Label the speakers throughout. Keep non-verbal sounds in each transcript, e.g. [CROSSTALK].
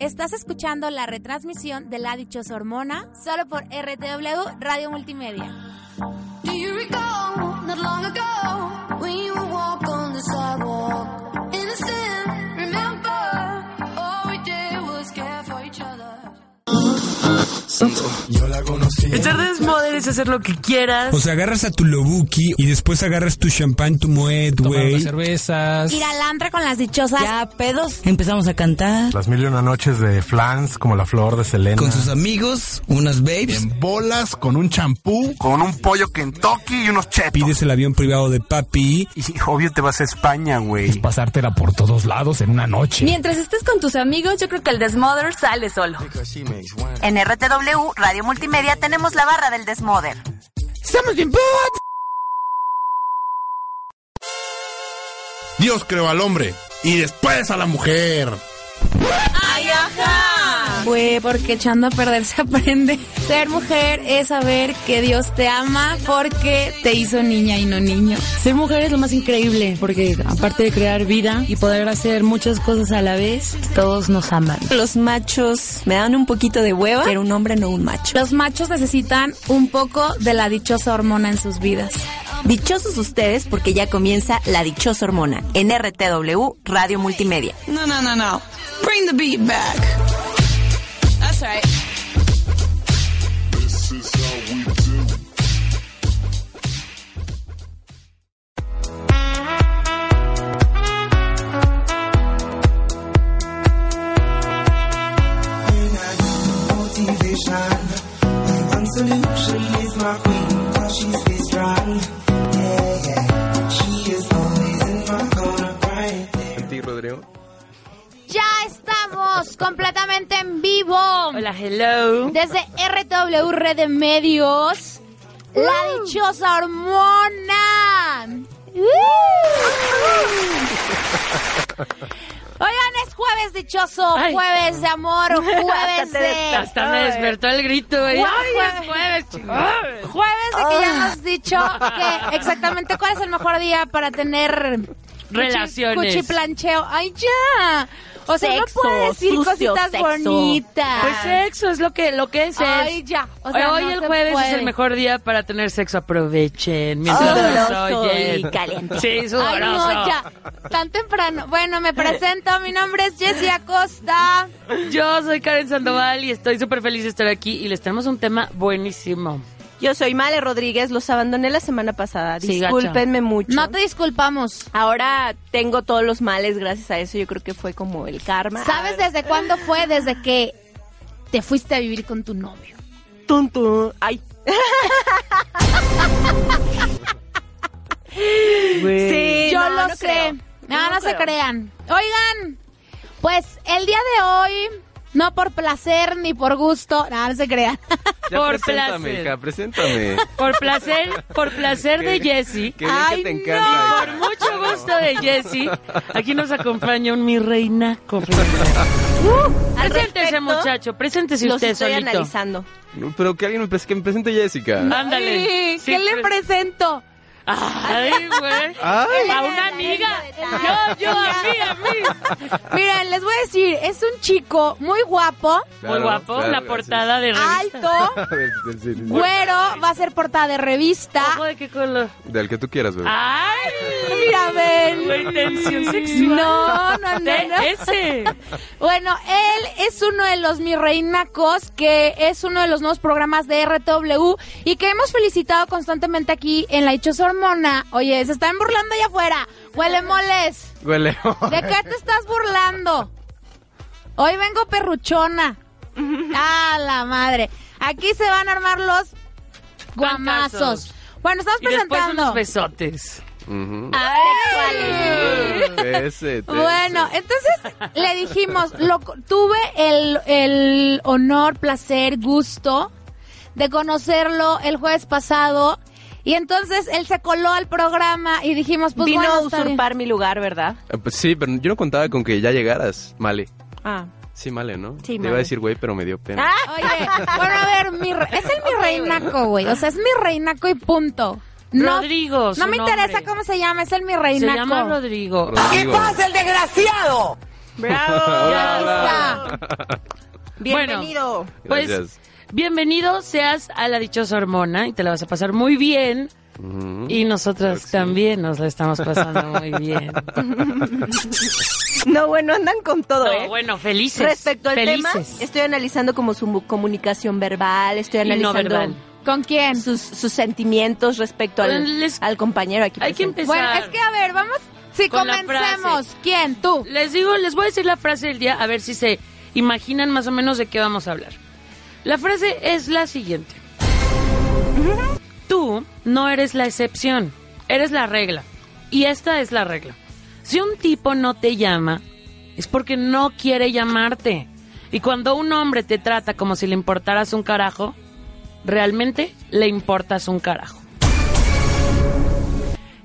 Speaker 1: Estás escuchando la retransmisión de La Dichosa Hormona solo por RTW Radio Multimedia.
Speaker 2: Do you recall not long ago when you would walk on the sidewalk? Innocent, remember all we did was care for each other.
Speaker 3: Echar desmoder es hacer lo que quieras.
Speaker 4: O sea, agarras a tu lobuki y después agarras tu champán, tu moet,
Speaker 5: tomando
Speaker 4: güey.
Speaker 5: cervezas.
Speaker 1: Ir al antro con las dichosas.
Speaker 3: ya, pedos. Empezamos a cantar.
Speaker 6: Las mil y una noches de flans, como la flor de Selena.
Speaker 7: Con sus amigos, unas babes.
Speaker 8: bolas con un champú.
Speaker 9: Con un pollo Kentucky y unos chetos.
Speaker 4: Pides el avión privado de papi.
Speaker 9: Y obvio te vas a España, güey.
Speaker 5: Pasártela por todos lados en una noche.
Speaker 10: Mientras estés con tus amigos, yo creo que el Desmother sale solo.
Speaker 11: En RTW Radio Multimedia tenemos la barra del Desmoder.
Speaker 3: ¡Estamos bien, put!
Speaker 8: Dios creó al hombre y después a la mujer.
Speaker 10: ¡Ay, ajá!
Speaker 1: Güey, porque echando a perder se aprende. Ser mujer es saber que Dios te ama porque te hizo niña y no niño.
Speaker 3: Ser mujer es lo más increíble porque aparte de crear vida y poder hacer muchas cosas a la vez, todos nos aman.
Speaker 10: Los machos me dan un poquito de hueva, pero un hombre no un macho.
Speaker 1: Los machos necesitan un poco de la dichosa hormona en sus vidas.
Speaker 11: Dichosos ustedes porque ya comienza La Dichosa Hormona en RTW Radio Multimedia.
Speaker 2: No, no, no, no. Bring the beat back. That's right.
Speaker 1: Ya estamos completamente en vivo.
Speaker 3: Hola, hello.
Speaker 1: Desde RW Red de Medios, la dichosa
Speaker 3: [LAUGHS]
Speaker 1: hormona. Oigan, es jueves dichoso,
Speaker 3: Ay.
Speaker 1: jueves de amor, jueves
Speaker 3: [LAUGHS] Hasta, te-
Speaker 1: de...
Speaker 3: hasta me despertó el grito, güey.
Speaker 1: Guau,
Speaker 3: Ay,
Speaker 1: güey.
Speaker 3: es jueves, chingón.
Speaker 1: Jueves de que ya nos has dicho que exactamente cuál es el mejor día para tener cuchi-
Speaker 3: Relaciones.
Speaker 1: Cuchiplancheo. Ay, ya. O sea,
Speaker 10: Sexo,
Speaker 1: no puede decir
Speaker 10: sucio
Speaker 1: cositas
Speaker 10: sexo.
Speaker 1: bonitas.
Speaker 3: Pues sexo es lo que, lo que es. es.
Speaker 1: Ay, ya. O sea,
Speaker 3: Hoy
Speaker 1: no
Speaker 3: el
Speaker 1: se
Speaker 3: jueves es
Speaker 1: puede.
Speaker 3: el mejor día para tener sexo. Aprovechen mientras
Speaker 10: Sudoroso
Speaker 3: nos oyen.
Speaker 10: y caliente.
Speaker 3: Sí, sudoroso.
Speaker 1: Ay, no, ya. Tan temprano. Bueno, me presento. Mi nombre es Jessie Acosta.
Speaker 3: Yo soy Karen Sandoval y estoy súper feliz de estar aquí y les tenemos un tema buenísimo.
Speaker 10: Yo soy Male Rodríguez, los abandoné la semana pasada.
Speaker 3: Sí,
Speaker 10: Discúlpenme mucho.
Speaker 1: No te disculpamos.
Speaker 10: Ahora tengo todos los males gracias a eso. Yo creo que fue como el karma.
Speaker 1: ¿Sabes
Speaker 10: de
Speaker 1: desde cuándo fue? Desde que te fuiste a vivir con tu novio.
Speaker 10: Tun, tun. Ay. sí,
Speaker 1: Yo
Speaker 10: no,
Speaker 1: lo
Speaker 10: no creo.
Speaker 1: sé. No, no, se
Speaker 10: creo.
Speaker 1: crean. Oigan, pues el día de hoy, no por placer ni por gusto, no, no se crean.
Speaker 3: Ya Por
Speaker 12: preséntame,
Speaker 3: placer.
Speaker 12: hija, preséntame.
Speaker 3: Por placer, por placer de Jessy.
Speaker 12: Qué bien
Speaker 1: Ay,
Speaker 12: que te
Speaker 1: no.
Speaker 12: encanta.
Speaker 3: Por
Speaker 12: hija.
Speaker 3: mucho gusto de Jessy. Aquí nos acompaña un mi reina cofrade.
Speaker 10: Al
Speaker 3: Preséntese,
Speaker 10: respecto,
Speaker 3: muchacho. Preséntese
Speaker 10: Los
Speaker 3: usted
Speaker 10: estoy
Speaker 3: solito.
Speaker 10: analizando.
Speaker 12: No, Pero que alguien me, pres- que me presente Jessica.
Speaker 3: [LAUGHS] Ándale.
Speaker 1: Ay,
Speaker 3: Sí,
Speaker 1: ¿Qué le
Speaker 3: pre-
Speaker 1: presento?
Speaker 3: Ay,
Speaker 12: [LAUGHS]
Speaker 3: güey.
Speaker 12: Ay.
Speaker 3: A una amiga. Yo, yo, a mí, a mí.
Speaker 1: [LAUGHS] Miren, les voy a decir, es un chico muy guapo,
Speaker 3: Muy
Speaker 12: Claro,
Speaker 3: guapo.
Speaker 12: claro,
Speaker 3: la
Speaker 12: gracias.
Speaker 3: portada de revista.
Speaker 1: alto,
Speaker 3: [LAUGHS]
Speaker 12: A ver, sí, sí, sí.
Speaker 1: güero, va a ser portada de revista.
Speaker 3: Ojo, ¿De qué color?
Speaker 12: Del que tú quieras, bebé.
Speaker 3: ¡Ay!
Speaker 1: Mira, ven.
Speaker 3: Güey, tensión sexual.
Speaker 1: No, no, no,
Speaker 3: De
Speaker 1: no.
Speaker 3: ese.
Speaker 1: Bueno, él es uno de los Mi Reinacos, que es uno de los nuevos programas de RTW y que hemos felicitado constantemente aquí en La Dichosa Hormona. Oye, se están burlando allá afuera. Huele moles.
Speaker 12: Huele.
Speaker 1: ¿De qué te estás burlando? Hoy vengo perruchona. ¡Ah, la madre! Aquí se van a armar los guamazos.
Speaker 3: Guamazos.
Speaker 1: Bueno, estamos
Speaker 3: Y después
Speaker 1: presentando.
Speaker 3: unos besotes.
Speaker 1: Sexuales.
Speaker 13: Ese,
Speaker 1: Bueno, entonces le dijimos, lo, tuve el, el honor, placer, gusto de conocerlo el jueves pasado. Y entonces él se coló al programa y dijimos, pues
Speaker 10: Vino
Speaker 1: bueno,
Speaker 10: a
Speaker 1: está bien.
Speaker 10: usurpar mi lugar, ¿verdad?
Speaker 13: Eh, pues sí, pero yo no contaba con que ya llegaras, Male.
Speaker 10: Ah.
Speaker 13: Sí, Male, ¿no?
Speaker 10: Sí,
Speaker 13: Te
Speaker 10: Male.
Speaker 13: iba a decir güey, pero me dio pena.
Speaker 1: Oye, bueno, a ver, mi re- es el mi reinaco, güey. O sea, es mi reinaco y punto. No,
Speaker 3: Rodrigo, su
Speaker 1: No me interesa
Speaker 3: nombre.
Speaker 1: cómo se llama, es el mi
Speaker 3: Se
Speaker 1: reinaco.
Speaker 3: llama
Speaker 10: Ah,
Speaker 3: Rodrigo.
Speaker 13: ¿Qué Rodrigo. pasa,
Speaker 1: el desgraciado?
Speaker 3: ¡Bravo!
Speaker 10: Bienvenido.
Speaker 3: Bueno, pues,
Speaker 13: Gracias.
Speaker 3: bienvenido seas a la dichosa hormona y te la vas a pasar muy bien. Y nosotros también nos la estamos pasando muy bien.
Speaker 10: [LAUGHS] No, bueno, andan con todo,
Speaker 3: No,
Speaker 10: ¿eh?
Speaker 3: bueno, felices,
Speaker 10: Respecto al
Speaker 3: felices.
Speaker 10: tema, estoy analizando como su mu- comunicación verbal, estoy
Speaker 3: Y no
Speaker 10: analizando...
Speaker 3: verbal. Pues
Speaker 1: ¿Con quién?
Speaker 10: Sus, sus sentimientos respecto al, al compañero aquí Hay que
Speaker 1: Bueno, es que a ver, vamos. Si
Speaker 3: Con la
Speaker 1: comencemos,
Speaker 3: frase.
Speaker 1: ¿quién? Tú.
Speaker 3: Les digo, les voy a decir la frase del día a ver si se imaginan más o menos de qué vamos a hablar. La frase es la siguiente. Tú no eres la excepción, eres la regla. Y esta es la regla. Si un tipo no te llama, es porque no quiere llamarte. Y cuando un hombre te trata como si le importaras un carajo, realmente le importas un carajo.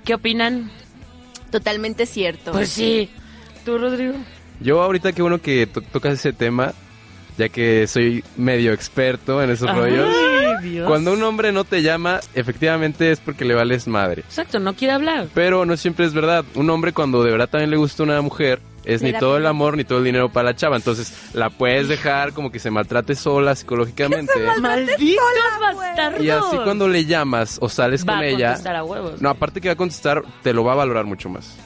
Speaker 3: ¿Qué opinan?
Speaker 10: Totalmente cierto.
Speaker 3: Pues sí. ¿Tú, Rodrigo?
Speaker 13: Yo ahorita qué bueno que to- tocas ese tema, ya que soy medio experto en esos
Speaker 3: Ay,
Speaker 13: rollos.
Speaker 3: Dios.
Speaker 13: Pues, Cuando un hombre no te llama, efectivamente es porque le vales madre.
Speaker 3: Exacto, no quiere hablar.
Speaker 13: Pero no siempre es verdad. Un hombre cuando de verdad también le gusta una mujer, es
Speaker 3: Le
Speaker 13: ni
Speaker 3: da
Speaker 13: todo el
Speaker 3: pena.
Speaker 13: amor ni todo el dinero para la chava. Entonces la puedes dejar como que se maltrate sola psicológicamente.
Speaker 3: Malditos bastardos.
Speaker 13: Y así cuando le llamas o sales
Speaker 3: Va
Speaker 13: con
Speaker 3: a
Speaker 13: ella...
Speaker 3: contestar a huevos.
Speaker 13: No, aparte que va a contestar, te lo va a valorar mucho más.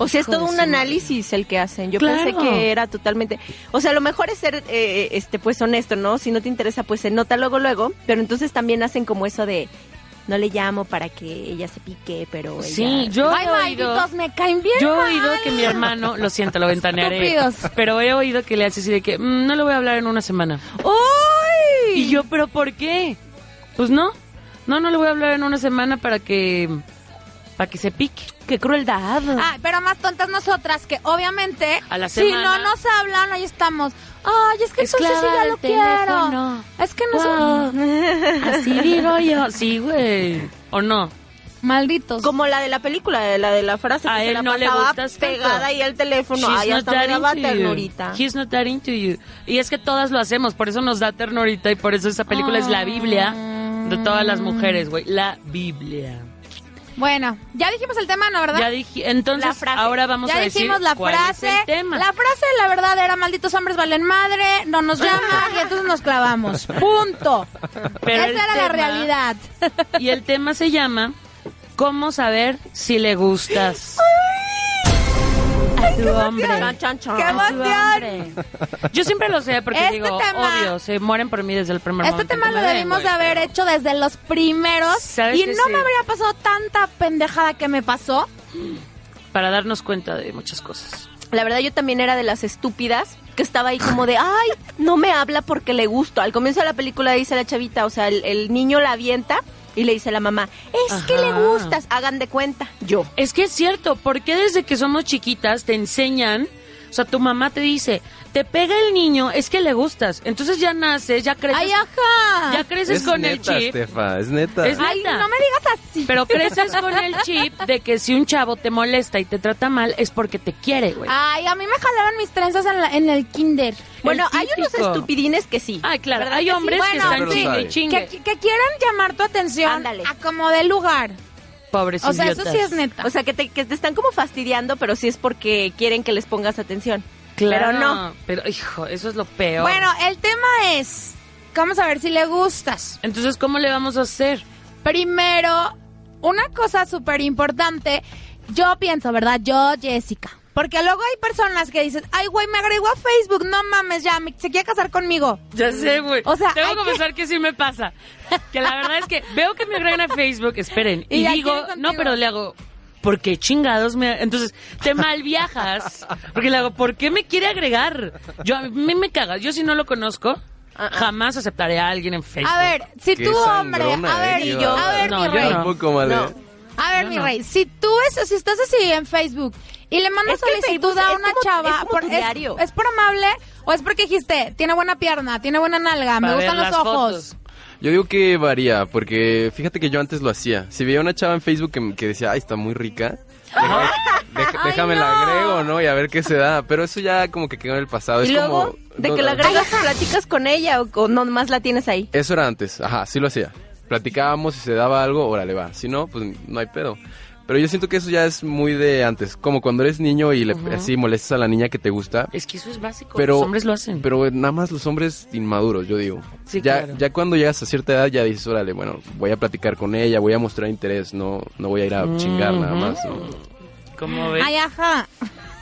Speaker 10: O sea, es
Speaker 3: Hijo de
Speaker 10: todo
Speaker 3: su
Speaker 10: un
Speaker 3: madre.
Speaker 10: análisis el que hacen. Yo
Speaker 3: Claro.
Speaker 10: pensé que era totalmente... O sea, lo mejor es ser, eh, este, pues, honesto, ¿no? Si no te interesa, pues, se nota luego, luego. Pero entonces también hacen como eso de... No le llamo para que ella se pique, pero
Speaker 3: Sí,
Speaker 10: ella-
Speaker 3: yo
Speaker 1: Ay,
Speaker 3: he oído-
Speaker 1: malditos, me caen bien.
Speaker 3: Yo
Speaker 1: mal.
Speaker 3: he oído que mi hermano, lo siento, lo ventanearé.
Speaker 1: Estúpidos.
Speaker 3: Pero he oído que le hace así de que "Mm, no le voy a hablar en una semana.
Speaker 1: ¡Uy!
Speaker 3: Y
Speaker 10: [LAUGHS]
Speaker 3: yo, ¿pero por qué? Pues no, no, no le voy a hablar en una semana para que. para que se pique. ¡Qué crueldad!
Speaker 1: Ah, pero más tontas nosotras que obviamente
Speaker 3: A la
Speaker 1: si no
Speaker 3: semana.
Speaker 1: nos hablan, ahí estamos. Ay, es que entonces sí
Speaker 3: Esclava
Speaker 1: ya
Speaker 3: del
Speaker 1: lo
Speaker 3: teléfono.
Speaker 1: quiero. Es que no sé-
Speaker 3: Wow. Así digo yo. Sí, güey. ¿O no?
Speaker 1: Malditos.
Speaker 10: Como la de la película, la de la frase que
Speaker 3: A
Speaker 10: se
Speaker 3: él
Speaker 10: la
Speaker 3: no le
Speaker 10: pasaba
Speaker 3: gustas tanto.
Speaker 10: pegada ahí al teléfono. Ay, hasta me daba ternurita.
Speaker 3: He's not that into you. Y es que todas lo hacemos, por eso nos da ternurita y por eso esa película
Speaker 1: Ah.
Speaker 3: es la Biblia de todas las mujeres, güey. La Biblia.
Speaker 1: Bueno, ya dijimos el tema, ¿no, verdad?
Speaker 3: Ya dije, entonces
Speaker 1: Ah, La frase.
Speaker 3: ahora vamos
Speaker 1: ya
Speaker 3: a decir
Speaker 1: dijimos la
Speaker 3: cuál
Speaker 1: frase.
Speaker 3: es el tema.
Speaker 1: La frase, la verdad, era malditos hombres valen madre, no
Speaker 3: [LAUGHS]
Speaker 1: nos llaman y entonces nos clavamos. Punto.
Speaker 3: Pero
Speaker 1: Esa
Speaker 3: el
Speaker 1: era la
Speaker 3: tema- [LAUGHS]
Speaker 1: realidad.
Speaker 3: Y el tema se llama ¿Cómo saber si le gustas? A tu hombre.
Speaker 10: Chan, chan, chan.
Speaker 3: ¡Qué
Speaker 10: A su hombre.
Speaker 3: Yo siempre lo sé porque
Speaker 1: Este
Speaker 3: digo,
Speaker 1: tema-
Speaker 3: obvio, se mueren por mí desde el primer
Speaker 1: Este
Speaker 3: momento.
Speaker 1: tema
Speaker 3: que
Speaker 1: lo
Speaker 3: me ven,
Speaker 1: debimos
Speaker 3: güey,
Speaker 1: de haber
Speaker 3: pero-
Speaker 1: hecho desde los primeros
Speaker 3: ¿Sabes
Speaker 1: y
Speaker 3: que
Speaker 1: no
Speaker 3: sí?
Speaker 1: me habría pasado tanta pendejada que me pasó.
Speaker 3: Para darnos cuenta de muchas cosas.
Speaker 10: La verdad, yo también era de las estúpidas que estaba ahí como de, ay, no me habla porque le gusto. Al comienzo de la película dice la chavita, o sea, el, el niño la avienta y le dice a la mamá, es que le
Speaker 3: Ajá.
Speaker 10: gustas, hagan de cuenta. Yo.
Speaker 3: Es que es cierto, porque desde que somos chiquitas te enseñan, o sea, tu mamá te dice, te pega el niño, es que le gustas. Entonces ya naces, ya creces.
Speaker 1: Ay, ajá.
Speaker 3: Ya
Speaker 13: es
Speaker 3: creces con
Speaker 13: neta,
Speaker 3: el chip.
Speaker 13: Estefa, es neta.
Speaker 3: Es
Speaker 1: Ay,
Speaker 3: neta.
Speaker 1: no me digas así.
Speaker 3: Pero creces con
Speaker 1: [LAUGHS]
Speaker 3: el chip de que si un chavo te molesta y te trata mal es porque te quiere, güey.
Speaker 1: Ay, a mí me jalaron mis trenzas en, la- en el kinder.
Speaker 10: Bueno, hay unos
Speaker 3: típico.
Speaker 10: estupidines que sí.
Speaker 3: Ay, Ah, claro,
Speaker 10: ¿Verdad
Speaker 3: hay
Speaker 10: que sí?
Speaker 3: hombres que
Speaker 1: Bueno,
Speaker 3: están
Speaker 1: sí.
Speaker 3: chingue y chingue.
Speaker 1: Que, que quieran llamar tu atención
Speaker 10: Ándale.
Speaker 1: a como del lugar.
Speaker 3: Pobres
Speaker 1: O sea, eso
Speaker 3: idiotas.
Speaker 1: sí es neta.
Speaker 10: O sea, que te, que te están como fastidiando, pero sí es porque quieren que les pongas atención.
Speaker 3: Claro,
Speaker 10: Pero no.
Speaker 3: Pero, hijo, eso es lo peor.
Speaker 1: Bueno, el tema es, vamos a ver si le gustas.
Speaker 3: Entonces, ¿cómo le vamos a hacer?
Speaker 1: Primero, una cosa súper importante, yo pienso, ¿verdad? Yo, Jessica. Porque luego hay personas que dicen, ay, güey, me agregó a Facebook, no mames, ya, me- se quiere casar conmigo.
Speaker 3: Ya sé, güey.
Speaker 1: O sea,
Speaker 3: tengo
Speaker 1: hay
Speaker 3: que confesar que... sí me pasa. Que la verdad es que veo que me agregan a Facebook, esperen,
Speaker 1: Y
Speaker 3: y,
Speaker 1: ya
Speaker 3: digo,
Speaker 1: quieren
Speaker 3: no,
Speaker 1: contigo.
Speaker 3: pero le hago, ¿por qué chingados me.? Entonces, te mal viajas. Porque le hago, ¿por qué me quiere agregar? Yo a mí me caga. Yo, si no lo conozco, jamás aceptaré a alguien en Facebook.
Speaker 1: Ah, A ver, si
Speaker 13: Qué
Speaker 1: tú, hombre,
Speaker 13: sangrona,
Speaker 1: a ver,
Speaker 13: eh,
Speaker 1: y
Speaker 13: qué
Speaker 1: yo, a
Speaker 13: bárbaro.
Speaker 1: ver,
Speaker 3: No,
Speaker 1: mi
Speaker 3: yo
Speaker 1: rey.
Speaker 3: no.
Speaker 13: Tampoco, madre.
Speaker 1: A ver,
Speaker 3: Yo
Speaker 1: mi
Speaker 3: no.
Speaker 1: rey, si tú es, si estás así en Facebook y le mandas
Speaker 10: Es que
Speaker 1: solicitud
Speaker 10: Facebook
Speaker 1: a
Speaker 10: es
Speaker 1: una
Speaker 10: como-
Speaker 1: chava,
Speaker 10: es como tu diario.
Speaker 1: es por amable o es porque dijiste, tiene buena pierna, tiene buena nalga, me
Speaker 3: Para ver
Speaker 1: gustan los
Speaker 3: las
Speaker 1: ojos.
Speaker 13: Yo digo que varía, porque fíjate que yo antes lo hacía. Si veía una chava en Facebook que, que decía, ay, está muy rica, deja- [LAUGHS] deja- déjame la agrego, ¿no? Y a ver qué se da. Pero eso ya como que quedó en el pasado.
Speaker 10: y
Speaker 13: es
Speaker 10: luego,
Speaker 13: como,
Speaker 10: de
Speaker 13: no,
Speaker 10: que la
Speaker 13: no,
Speaker 10: agregas, platicas con ella o, o nomás la tienes ahí.
Speaker 13: Eso era antes, ajá, sí lo hacía. Platicábamos, si se daba algo, órale va. Si no, pues no hay pedo. Pero yo siento que eso ya es muy de antes, como cuando eres niño y le,
Speaker 3: Ujú.
Speaker 13: así molestas a la niña que te gusta.
Speaker 3: Es que eso es básico.
Speaker 13: Pero,
Speaker 3: los hombres lo hacen.
Speaker 13: Pero eh, nada más los hombres inmaduros, yo digo.
Speaker 3: Sí,
Speaker 13: ya,
Speaker 3: claro.
Speaker 13: ya cuando llegas a cierta edad ya dices, órale, bueno, voy a platicar con ella, voy a mostrar interés, no, no voy a ir a chingar nada
Speaker 3: Ujú.
Speaker 13: más. ¿no?
Speaker 3: ¿Cómo ves?
Speaker 1: Ay, ajá.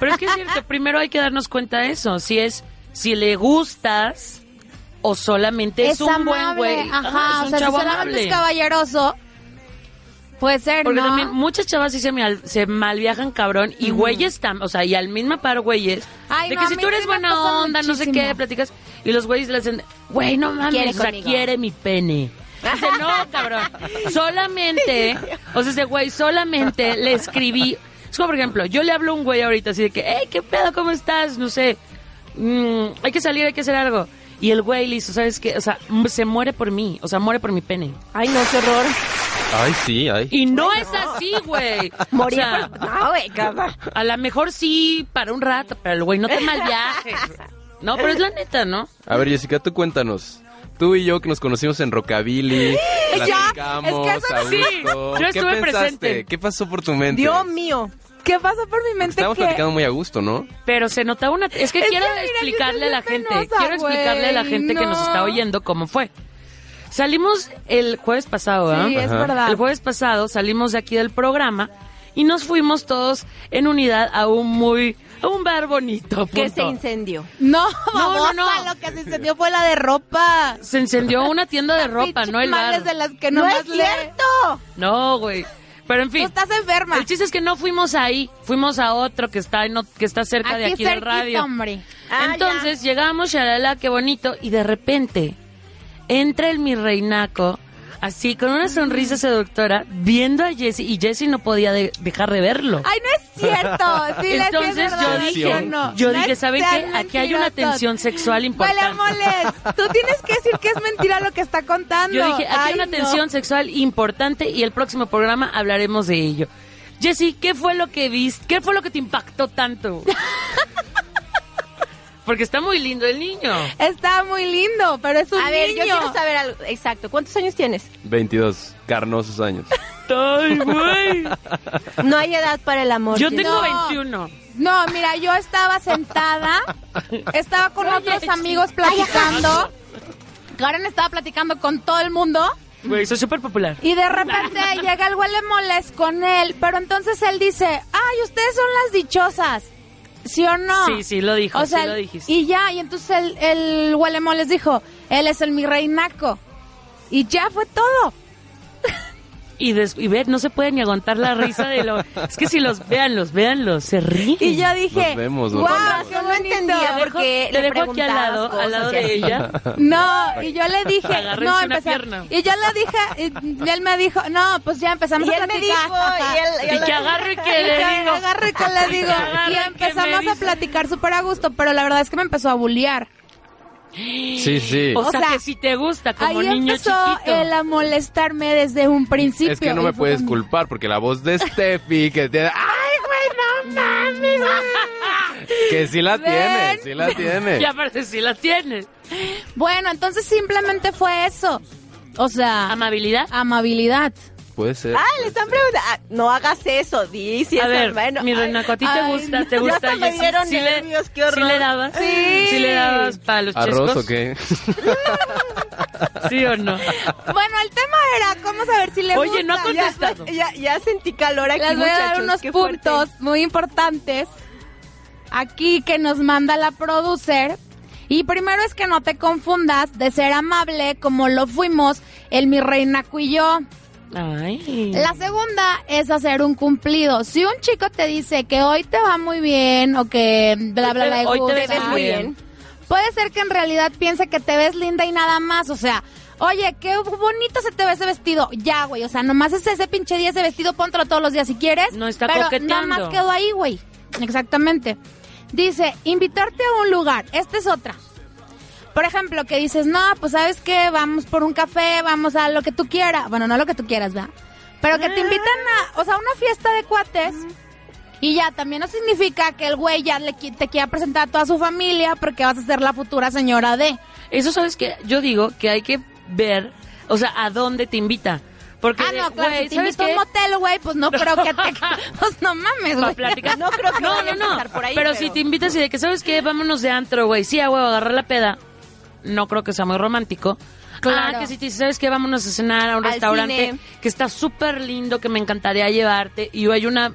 Speaker 3: Pero es que es cierto, primero hay que darnos cuenta de eso. Si es, si le gustas o solamente
Speaker 1: Es,
Speaker 3: es, un buen
Speaker 1: amable,
Speaker 3: güey. Ah,
Speaker 1: ajá,
Speaker 3: Ajá,
Speaker 1: o sea, si solamente es caballeroso, puede ser,
Speaker 3: Porque
Speaker 1: ¿no?
Speaker 3: también muchas chavas sí se, mal, se malviajan cabrón y güeyes tam- o sea, y al mismo par güeyes.
Speaker 1: Ay,
Speaker 3: de
Speaker 1: no,
Speaker 3: que
Speaker 1: a
Speaker 3: si
Speaker 1: mí
Speaker 3: tú
Speaker 1: sí
Speaker 3: eres
Speaker 1: me
Speaker 3: buena
Speaker 1: pasa
Speaker 3: onda, no sé
Speaker 1: muchísimo.
Speaker 3: qué, platicas y los güeyes le hacen, güey, no mames,
Speaker 1: Quiere
Speaker 3: o sea,
Speaker 1: conmigo.
Speaker 3: quiere mi pene. Dice, no, cabrón,
Speaker 1: [LAUGHS]
Speaker 3: solamente, o sea, ese güey solamente le escribí. Es como, por ejemplo, yo le hablo a un güey ahorita así de que, hey, qué pedo, ¿cómo estás? No sé, mm, hay que salir, hay que hacer algo. Y el güey le hizo, ¿sabes qué? O sea, m- se muere por mí, o sea, muere por mi pene.
Speaker 10: Ay, no, qué horror.
Speaker 13: Ay, sí, ay.
Speaker 3: Y no es así,
Speaker 1: [LAUGHS]
Speaker 3: güey.
Speaker 10: Morir
Speaker 3: O sea,
Speaker 10: por- No, güey, cabrón.
Speaker 3: A lo mejor sí para un rato, pero el güey no te
Speaker 10: [LAUGHS]
Speaker 3: malviajes. No, pero es la neta, ¿no?
Speaker 13: A ver, Jessica, tú cuéntanos. Tú y yo que nos conocimos en Rockabilly, platicamos,
Speaker 10: es que eso
Speaker 13: a
Speaker 10: sí.
Speaker 13: gusto.
Speaker 10: Yo
Speaker 13: ¿Qué
Speaker 10: estuve
Speaker 13: pensaste?
Speaker 10: presente.
Speaker 13: ¿Qué pasó por tu mente?
Speaker 10: Dios mío. ¿Qué pasó por mi mente?
Speaker 13: Estábamos
Speaker 10: que-
Speaker 13: platicando muy a gusto, ¿no?
Speaker 3: Pero se notaba una... Es que
Speaker 10: Es que
Speaker 3: quiero
Speaker 10: mira que
Speaker 3: explicarle a la gente,
Speaker 10: penosa,
Speaker 3: quiero explicarle a la
Speaker 10: güey,
Speaker 3: gente que nos
Speaker 10: no.
Speaker 3: está oyendo cómo fue. Salimos el jueves pasado, ¿verdad?
Speaker 10: Sí, es Ajá. verdad.
Speaker 3: El jueves pasado salimos de aquí del programa y nos fuimos todos en unidad a un muy... a un bar bonito.
Speaker 10: que se
Speaker 3: punto.
Speaker 10: incendió.
Speaker 1: No, no,
Speaker 3: no, no.
Speaker 1: lo que se encendió fue la de ropa.
Speaker 3: Se encendió una tienda de ropa, no el bar.
Speaker 1: Males de las que
Speaker 10: No
Speaker 1: nomás
Speaker 10: es
Speaker 1: le-
Speaker 3: No, güey. Pero en fin. Tú estás
Speaker 1: enferma.
Speaker 3: El chiste es que no fuimos ahí, fuimos a otro que está en ot- que está cerca de
Speaker 1: Aquí Ah,
Speaker 3: aquí del
Speaker 1: cerquita,
Speaker 3: radio.
Speaker 1: hombre.
Speaker 10: Ah,
Speaker 3: Entonces llegamos, shalala, qué bonito, y de repente entra el mi reinaco, así con una
Speaker 1: Mm.
Speaker 3: sonrisa seductora, viendo a Jesse, y Jesse no podía de- dejar de verlo.
Speaker 1: Ay, no es cierto. Sí, les
Speaker 3: Entonces yo dije, yo dije, ¿saben qué? Aquí hay una tensión sexual importante.
Speaker 1: Vale, moles. Tú tienes que decir que es mentira lo que está contando.
Speaker 3: Yo dije, aquí hay
Speaker 1: Ay,
Speaker 3: una
Speaker 1: no.
Speaker 3: tensión sexual importante y el próximo programa hablaremos de ello. Jessy, ¿qué fue lo que viste? ¿Qué fue lo que te
Speaker 1: [LAUGHS]
Speaker 3: impactó tanto? Porque está muy lindo el niño.
Speaker 1: Está muy lindo, pero es un
Speaker 10: A ver, yo
Speaker 1: niño.
Speaker 10: quiero saber algo. Exacto. ¿Cuántos años tienes?
Speaker 13: 22, carnosos años.
Speaker 3: Ay, güey.
Speaker 10: No hay edad para el amor.
Speaker 3: Yo
Speaker 10: Jessy.
Speaker 3: tengo
Speaker 10: No.
Speaker 3: 21.
Speaker 1: No, mira, yo estaba sentada, estaba con
Speaker 3: Oye,
Speaker 1: otros
Speaker 3: sí.
Speaker 1: amigos platicando. Karen estaba platicando con todo el mundo.
Speaker 3: Güey, soy súper popular.
Speaker 1: Y de
Speaker 3: [LAUGHS]
Speaker 1: repente llega el huele moles con él, pero entonces él dice, ay, ustedes son las dichosas, ¿sí o no?
Speaker 3: Sí, sí, lo dijo,
Speaker 1: O sea,
Speaker 3: sí lo dijiste.
Speaker 1: Y ya, y entonces el, el huele moles dijo, él es el mi rey naco. Y ya fue todo.
Speaker 3: Y, des- y ver, no se puede ni aguantar la risa de los... Es que si los... Véanlos, véanlos, se ríen.
Speaker 1: Y yo dije,
Speaker 13: Nos vemos, nos
Speaker 1: "Guau,
Speaker 13: vemos".
Speaker 1: qué
Speaker 10: Yo no
Speaker 1: bonito".
Speaker 10: entendía porque
Speaker 3: te
Speaker 10: le
Speaker 3: dejo aquí al
Speaker 10: preguntabas
Speaker 3: lado,
Speaker 10: cosas
Speaker 3: al lado
Speaker 10: y así.
Speaker 3: de ella.
Speaker 1: No, y yo le
Speaker 10: [LAUGHS]
Speaker 1: dije,
Speaker 3: Agárrense
Speaker 1: no,
Speaker 3: una
Speaker 1: empecé-
Speaker 3: pierna.
Speaker 1: y yo le dije, y él me dijo, no, pues ya empezamos
Speaker 10: Y
Speaker 1: a
Speaker 10: él me
Speaker 1: platicar.
Speaker 10: dijo, y él- y él- Y que agarro
Speaker 3: y que le digo.
Speaker 1: agarro y que le
Speaker 3: [LAUGHS]
Speaker 1: digo.
Speaker 3: Y que agarro
Speaker 1: Y
Speaker 3: y que me
Speaker 1: empezamos a
Speaker 3: dice.
Speaker 1: platicar súper a gusto, pero la verdad es que me empezó a bullear.
Speaker 13: Sí, [LAUGHS] sí.
Speaker 3: O, sea,
Speaker 1: O sea,
Speaker 3: que si te gusta como
Speaker 1: Ahí
Speaker 3: niño
Speaker 1: empezó
Speaker 3: chiquito.
Speaker 1: él a molestarme desde un principio.
Speaker 13: Es que no me
Speaker 1: Y fue
Speaker 13: puedes
Speaker 1: cuando-
Speaker 13: culpar porque la voz de Steffi que tiene- ¡Ah!
Speaker 1: Ay, güey, no mames.
Speaker 13: que sí la
Speaker 1: Ven.
Speaker 13: tiene, sí la tiene.
Speaker 3: Ya parece si la tienes.
Speaker 1: Bueno, entonces simplemente fue eso. O sea,
Speaker 3: amabilidad.
Speaker 1: Ah,
Speaker 3: [LAUGHS]
Speaker 1: Amabilidad.
Speaker 13: Puede ser.
Speaker 10: Ah, le están preguntando. Ah, no hagas eso, di. si
Speaker 3: A
Speaker 10: es
Speaker 3: ver,
Speaker 10: hermano.
Speaker 3: mi
Speaker 10: Ay,
Speaker 3: Renaco, ¿a ti te
Speaker 10: ay,
Speaker 3: gusta?
Speaker 10: no.
Speaker 3: ¿Te gusta?
Speaker 10: Ya hasta me
Speaker 3: Jessy?
Speaker 10: dieron
Speaker 3: ¿Sí le-
Speaker 10: nervios, qué
Speaker 3: sí
Speaker 10: horror.
Speaker 3: le dabas?
Speaker 10: Sí.
Speaker 3: ¿Sí le dabas para los
Speaker 13: ¿Arroz
Speaker 3: chescos?
Speaker 13: o qué?
Speaker 3: ¿Sí o no?
Speaker 1: Bueno, el tema era cómo saber si le
Speaker 3: Oye,
Speaker 1: gusta.
Speaker 3: no ha contestado.
Speaker 10: Ya, ya sentí calor aquí,
Speaker 1: Les voy a dar
Speaker 10: muchachos.
Speaker 1: unos
Speaker 10: qué fuerte.
Speaker 1: puntos muy importantes aquí que nos manda la producer. Y primero es que no te confundas de ser amable como lo fuimos el mi reina y yo.
Speaker 3: Ay.
Speaker 1: La segunda es hacer un cumplido. Si un chico te dice que hoy te va muy bien o que bla bla bla, le
Speaker 3: Hoy te
Speaker 1: gusta,
Speaker 3: ves muy bien.
Speaker 1: puede ser que en realidad piense que te ves linda y nada más, o sea, Oye, qué bonito se te ve ese vestido. Ya, güey, o sea, nomás es ese pinche día ese vestido, póntelo todos los días si quieres. No
Speaker 3: está
Speaker 1: pero nada
Speaker 3: coqueteando.
Speaker 1: más quedó ahí, güey. Exactamente. Dice, invitarte a un lugar. Esta es otra. Por ejemplo, que dices, no, pues sabes qué, vamos por un café, vamos a lo que tú quieras. Bueno, no lo que tú quieras, ¿verdad? Pero
Speaker 3: Ah.
Speaker 1: que te invitan a, o sea, a una fiesta de cuates. Y ya, también no significa que el güey ya le, qui- te quiera presentar a toda su familia porque vas a ser la futura señora de.
Speaker 3: Eso sabes que yo digo que hay que ver, o sea, a dónde te invita. Porque,
Speaker 1: Ah,
Speaker 3: de-
Speaker 1: no, claro,
Speaker 3: güey,
Speaker 1: si te
Speaker 3: ¿sabes
Speaker 1: invito a un
Speaker 3: qué?
Speaker 1: motel, güey, pues
Speaker 3: [LAUGHS]
Speaker 1: no creo que te... Pues no mames,
Speaker 3: Pa'
Speaker 1: güey.
Speaker 3: platicar. No
Speaker 10: creo que
Speaker 3: No,
Speaker 10: vaya
Speaker 3: no,
Speaker 10: a
Speaker 3: no.
Speaker 10: pasar por ahí,
Speaker 3: pero,
Speaker 10: pero-
Speaker 3: si te invitas y de que, ¿sabes qué? Vámonos de antro, güey. Sí, a huevo, agarrar la peda. No creo que sea muy romántico.
Speaker 10: Claro.
Speaker 3: Ah, que si te dices, ¿sabes qué? Vámonos a cenar a un
Speaker 10: Al
Speaker 3: restaurante
Speaker 10: cine.
Speaker 3: que está súper lindo, que me encantaría llevarte. Y hay una,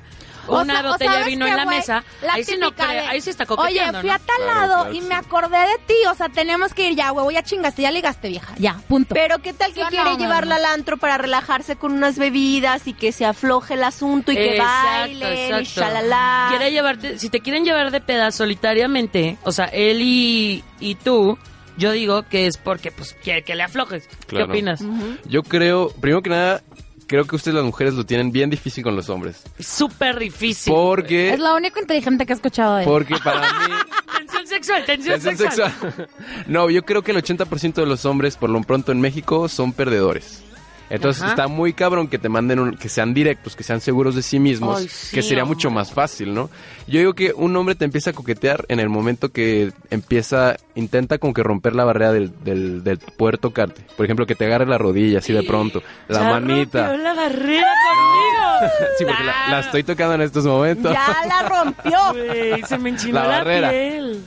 Speaker 1: O
Speaker 3: una
Speaker 1: sea, o
Speaker 3: botella de
Speaker 1: sabes
Speaker 3: vino
Speaker 1: qué,
Speaker 3: en la
Speaker 1: güey,
Speaker 3: mesa.
Speaker 1: la
Speaker 3: ahí, sí no
Speaker 1: típica
Speaker 3: creo-
Speaker 1: de,
Speaker 3: ahí sí está
Speaker 1: Oye,
Speaker 3: coqueteando,
Speaker 1: fui
Speaker 3: ¿no?
Speaker 1: a tal lado y me acordé de ti, o sea, tenemos que ir ya, güey, ya chingaste, ya ligaste, vieja, ya, punto.
Speaker 10: Pero qué tal que
Speaker 1: ¿Sí o
Speaker 10: quiere
Speaker 1: no,
Speaker 10: llevarla
Speaker 1: mano?
Speaker 10: al antro para relajarse con unas bebidas y que se afloje el asunto y que baile, shalala.
Speaker 3: Quiere llevarte, si te quieren llevar de peda solitariamente, o sea, él y, y tú, yo digo que es porque pues quiere que le aflojes.
Speaker 13: Claro.
Speaker 3: ¿Qué opinas?
Speaker 13: Yo creo, primero que nada, creo que ustedes las mujeres lo tienen bien difícil con los hombres.
Speaker 3: Súper difícil.
Speaker 13: Porque,
Speaker 1: Es lo único inteligente que he escuchado de él.
Speaker 13: porque para mí...
Speaker 3: Ah, Tensión sexual, tensión,
Speaker 13: Tensión
Speaker 3: sexual.
Speaker 13: sexual. [LAUGHS] No, yo creo que el 80% de los hombres, por lo pronto en México, son perdedores. Entonces
Speaker 3: Ajá.
Speaker 13: está muy cabrón que te manden, un- que sean directos, que sean seguros de sí mismos,
Speaker 3: Ay, sí,
Speaker 13: que sería mucho más fácil, ¿no? Yo digo que un hombre te empieza a coquetear en el momento que empieza, intenta como que romper la barrera del, del, del poder tocarte. Por ejemplo, que te agarre la rodilla así de pronto, la
Speaker 3: Ya
Speaker 13: manita. [LAUGHS]
Speaker 3: rompió la barrera conmigo.
Speaker 13: Sí, porque la, la estoy tocando en estos momentos.
Speaker 10: Ya la rompió.
Speaker 3: Güey, se me enchinó
Speaker 13: La
Speaker 3: la,
Speaker 13: barrera. [LAUGHS]
Speaker 3: piel.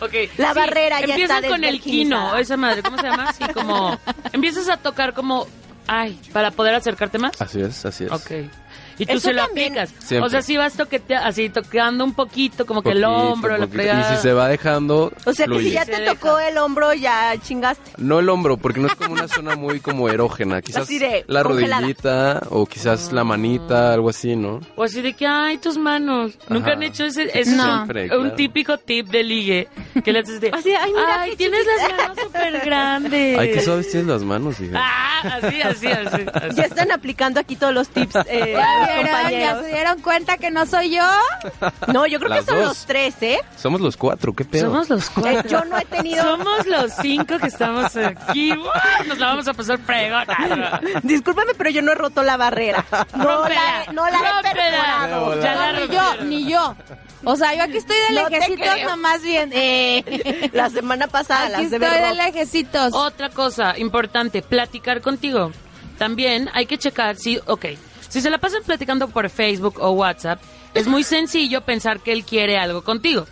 Speaker 3: Okay,
Speaker 10: La barrera ya
Speaker 3: empiezan
Speaker 10: está
Speaker 3: con el
Speaker 10: desvirginizada.
Speaker 3: quino, esa madre, ¿cómo se llama? Sí,
Speaker 10: [LAUGHS]
Speaker 3: como empiezas a tocar como ay, para poder acercarte más.
Speaker 13: [LAUGHS] Así es, así es.
Speaker 3: Ok. Y tú
Speaker 13: Eso
Speaker 3: se lo
Speaker 13: también.
Speaker 3: aplicas.
Speaker 13: Pues, Siempre.
Speaker 3: O sea, si vas toquetea, así tocando un poquito, como que el
Speaker 13: Poquito,
Speaker 3: hombro, la
Speaker 13: poquito.
Speaker 3: fregada.
Speaker 13: Y si se va dejando.
Speaker 10: O sea, que
Speaker 13: fluye.
Speaker 10: si ya te tocó el hombro, ya chingaste.
Speaker 13: No el hombro, porque no es como una zona muy como erógena. Quizás
Speaker 10: Así de
Speaker 13: la
Speaker 10: congelada. Ah.
Speaker 13: rodillita o quizás la manita, algo así, ¿no?
Speaker 3: O así de que, ay, tus manos. Nunca
Speaker 13: Ajá.
Speaker 3: han hecho ese. ese
Speaker 13: No.
Speaker 3: es un-
Speaker 13: Siempre,
Speaker 3: un,
Speaker 13: claro.
Speaker 3: típico tip de ligue. Que le haces de.
Speaker 10: Así, ay, mira
Speaker 3: "Ay,
Speaker 10: qué
Speaker 3: tienes
Speaker 10: chiquita".
Speaker 3: las manos súper grandes.
Speaker 13: Ay, que suaves tienes las manos, hija.
Speaker 3: Ah, así, así, así. así.
Speaker 10: Ya están aplicando aquí todos los tips, eh,
Speaker 1: [LAUGHS] Ya
Speaker 10: los
Speaker 1: vieron, ¿Ya
Speaker 10: compañeros.
Speaker 1: se dieron cuenta que no soy yo?
Speaker 10: No, yo creo
Speaker 13: Las
Speaker 10: que son
Speaker 13: dos.
Speaker 10: los tres, ¿eh?
Speaker 13: Somos los cuatro, qué pedo.
Speaker 3: Somos los cuatro.
Speaker 10: Eh, yo no he tenido-
Speaker 3: Somos los cinco que estamos aquí. ¡Uah! Nos la vamos a pasar fregón.
Speaker 10: [LAUGHS] Discúlpame, pero yo no he roto la barrera. No la, he- no la he
Speaker 3: Rómpela.
Speaker 10: perforado.
Speaker 3: Ya la
Speaker 1: No, ni yo,
Speaker 3: rompieron.
Speaker 1: ni yo. O sea, yo aquí estoy de
Speaker 10: No te
Speaker 1: lejecitos
Speaker 10: creo.
Speaker 1: nomás bien. Eh.
Speaker 10: La semana pasada
Speaker 1: Aquí
Speaker 10: las de
Speaker 1: estoy
Speaker 10: ver
Speaker 1: de
Speaker 10: rock.
Speaker 1: lejecitos.
Speaker 3: Otra cosa importante, platicar contigo. También hay que checar si, ok, si se la pasan platicando por Facebook o WhatsApp, es muy sencillo pensar que él quiere algo contigo.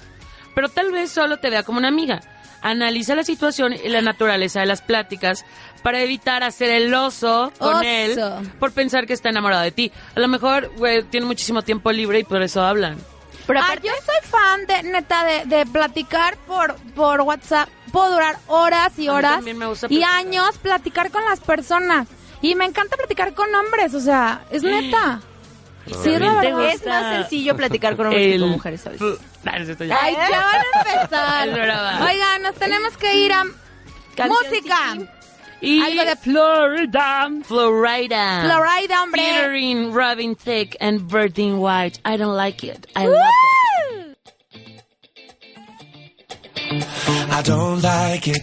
Speaker 3: Pero tal vez solo te vea como una amiga. Analiza la situación y la naturaleza de las pláticas para evitar hacer el oso con
Speaker 1: Oso.
Speaker 3: él por pensar que está enamorado de ti. A lo mejor, güey, tiene muchísimo tiempo libre y por eso hablan.
Speaker 10: Pero
Speaker 1: Ah, yo soy fan de neta de, de platicar por por WhatsApp. Puedo durar horas y
Speaker 3: A mí
Speaker 1: horas
Speaker 3: también me gusta
Speaker 1: y
Speaker 3: platicar.
Speaker 1: años platicar con las personas. Y me encanta platicar con hombres, o sea, es neta. Sí, es la
Speaker 3: ¿Te
Speaker 1: verdad.
Speaker 10: Es más sencillo platicar con hombres que
Speaker 3: El-
Speaker 10: con mujeres, ¿sabes?
Speaker 3: Nah, no es cierto, ya.
Speaker 1: Ay, ya van a
Speaker 3: [LAUGHS]
Speaker 1: empezar.
Speaker 3: Es brava.
Speaker 1: Oigan, nos tenemos que ir a música.
Speaker 3: Y
Speaker 1: Algo de
Speaker 3: Florida. Florida.
Speaker 1: Florida, hombre.
Speaker 3: Featuring Robin Thicke and Bertin White. I don't like it. I love it.
Speaker 14: I don't like it.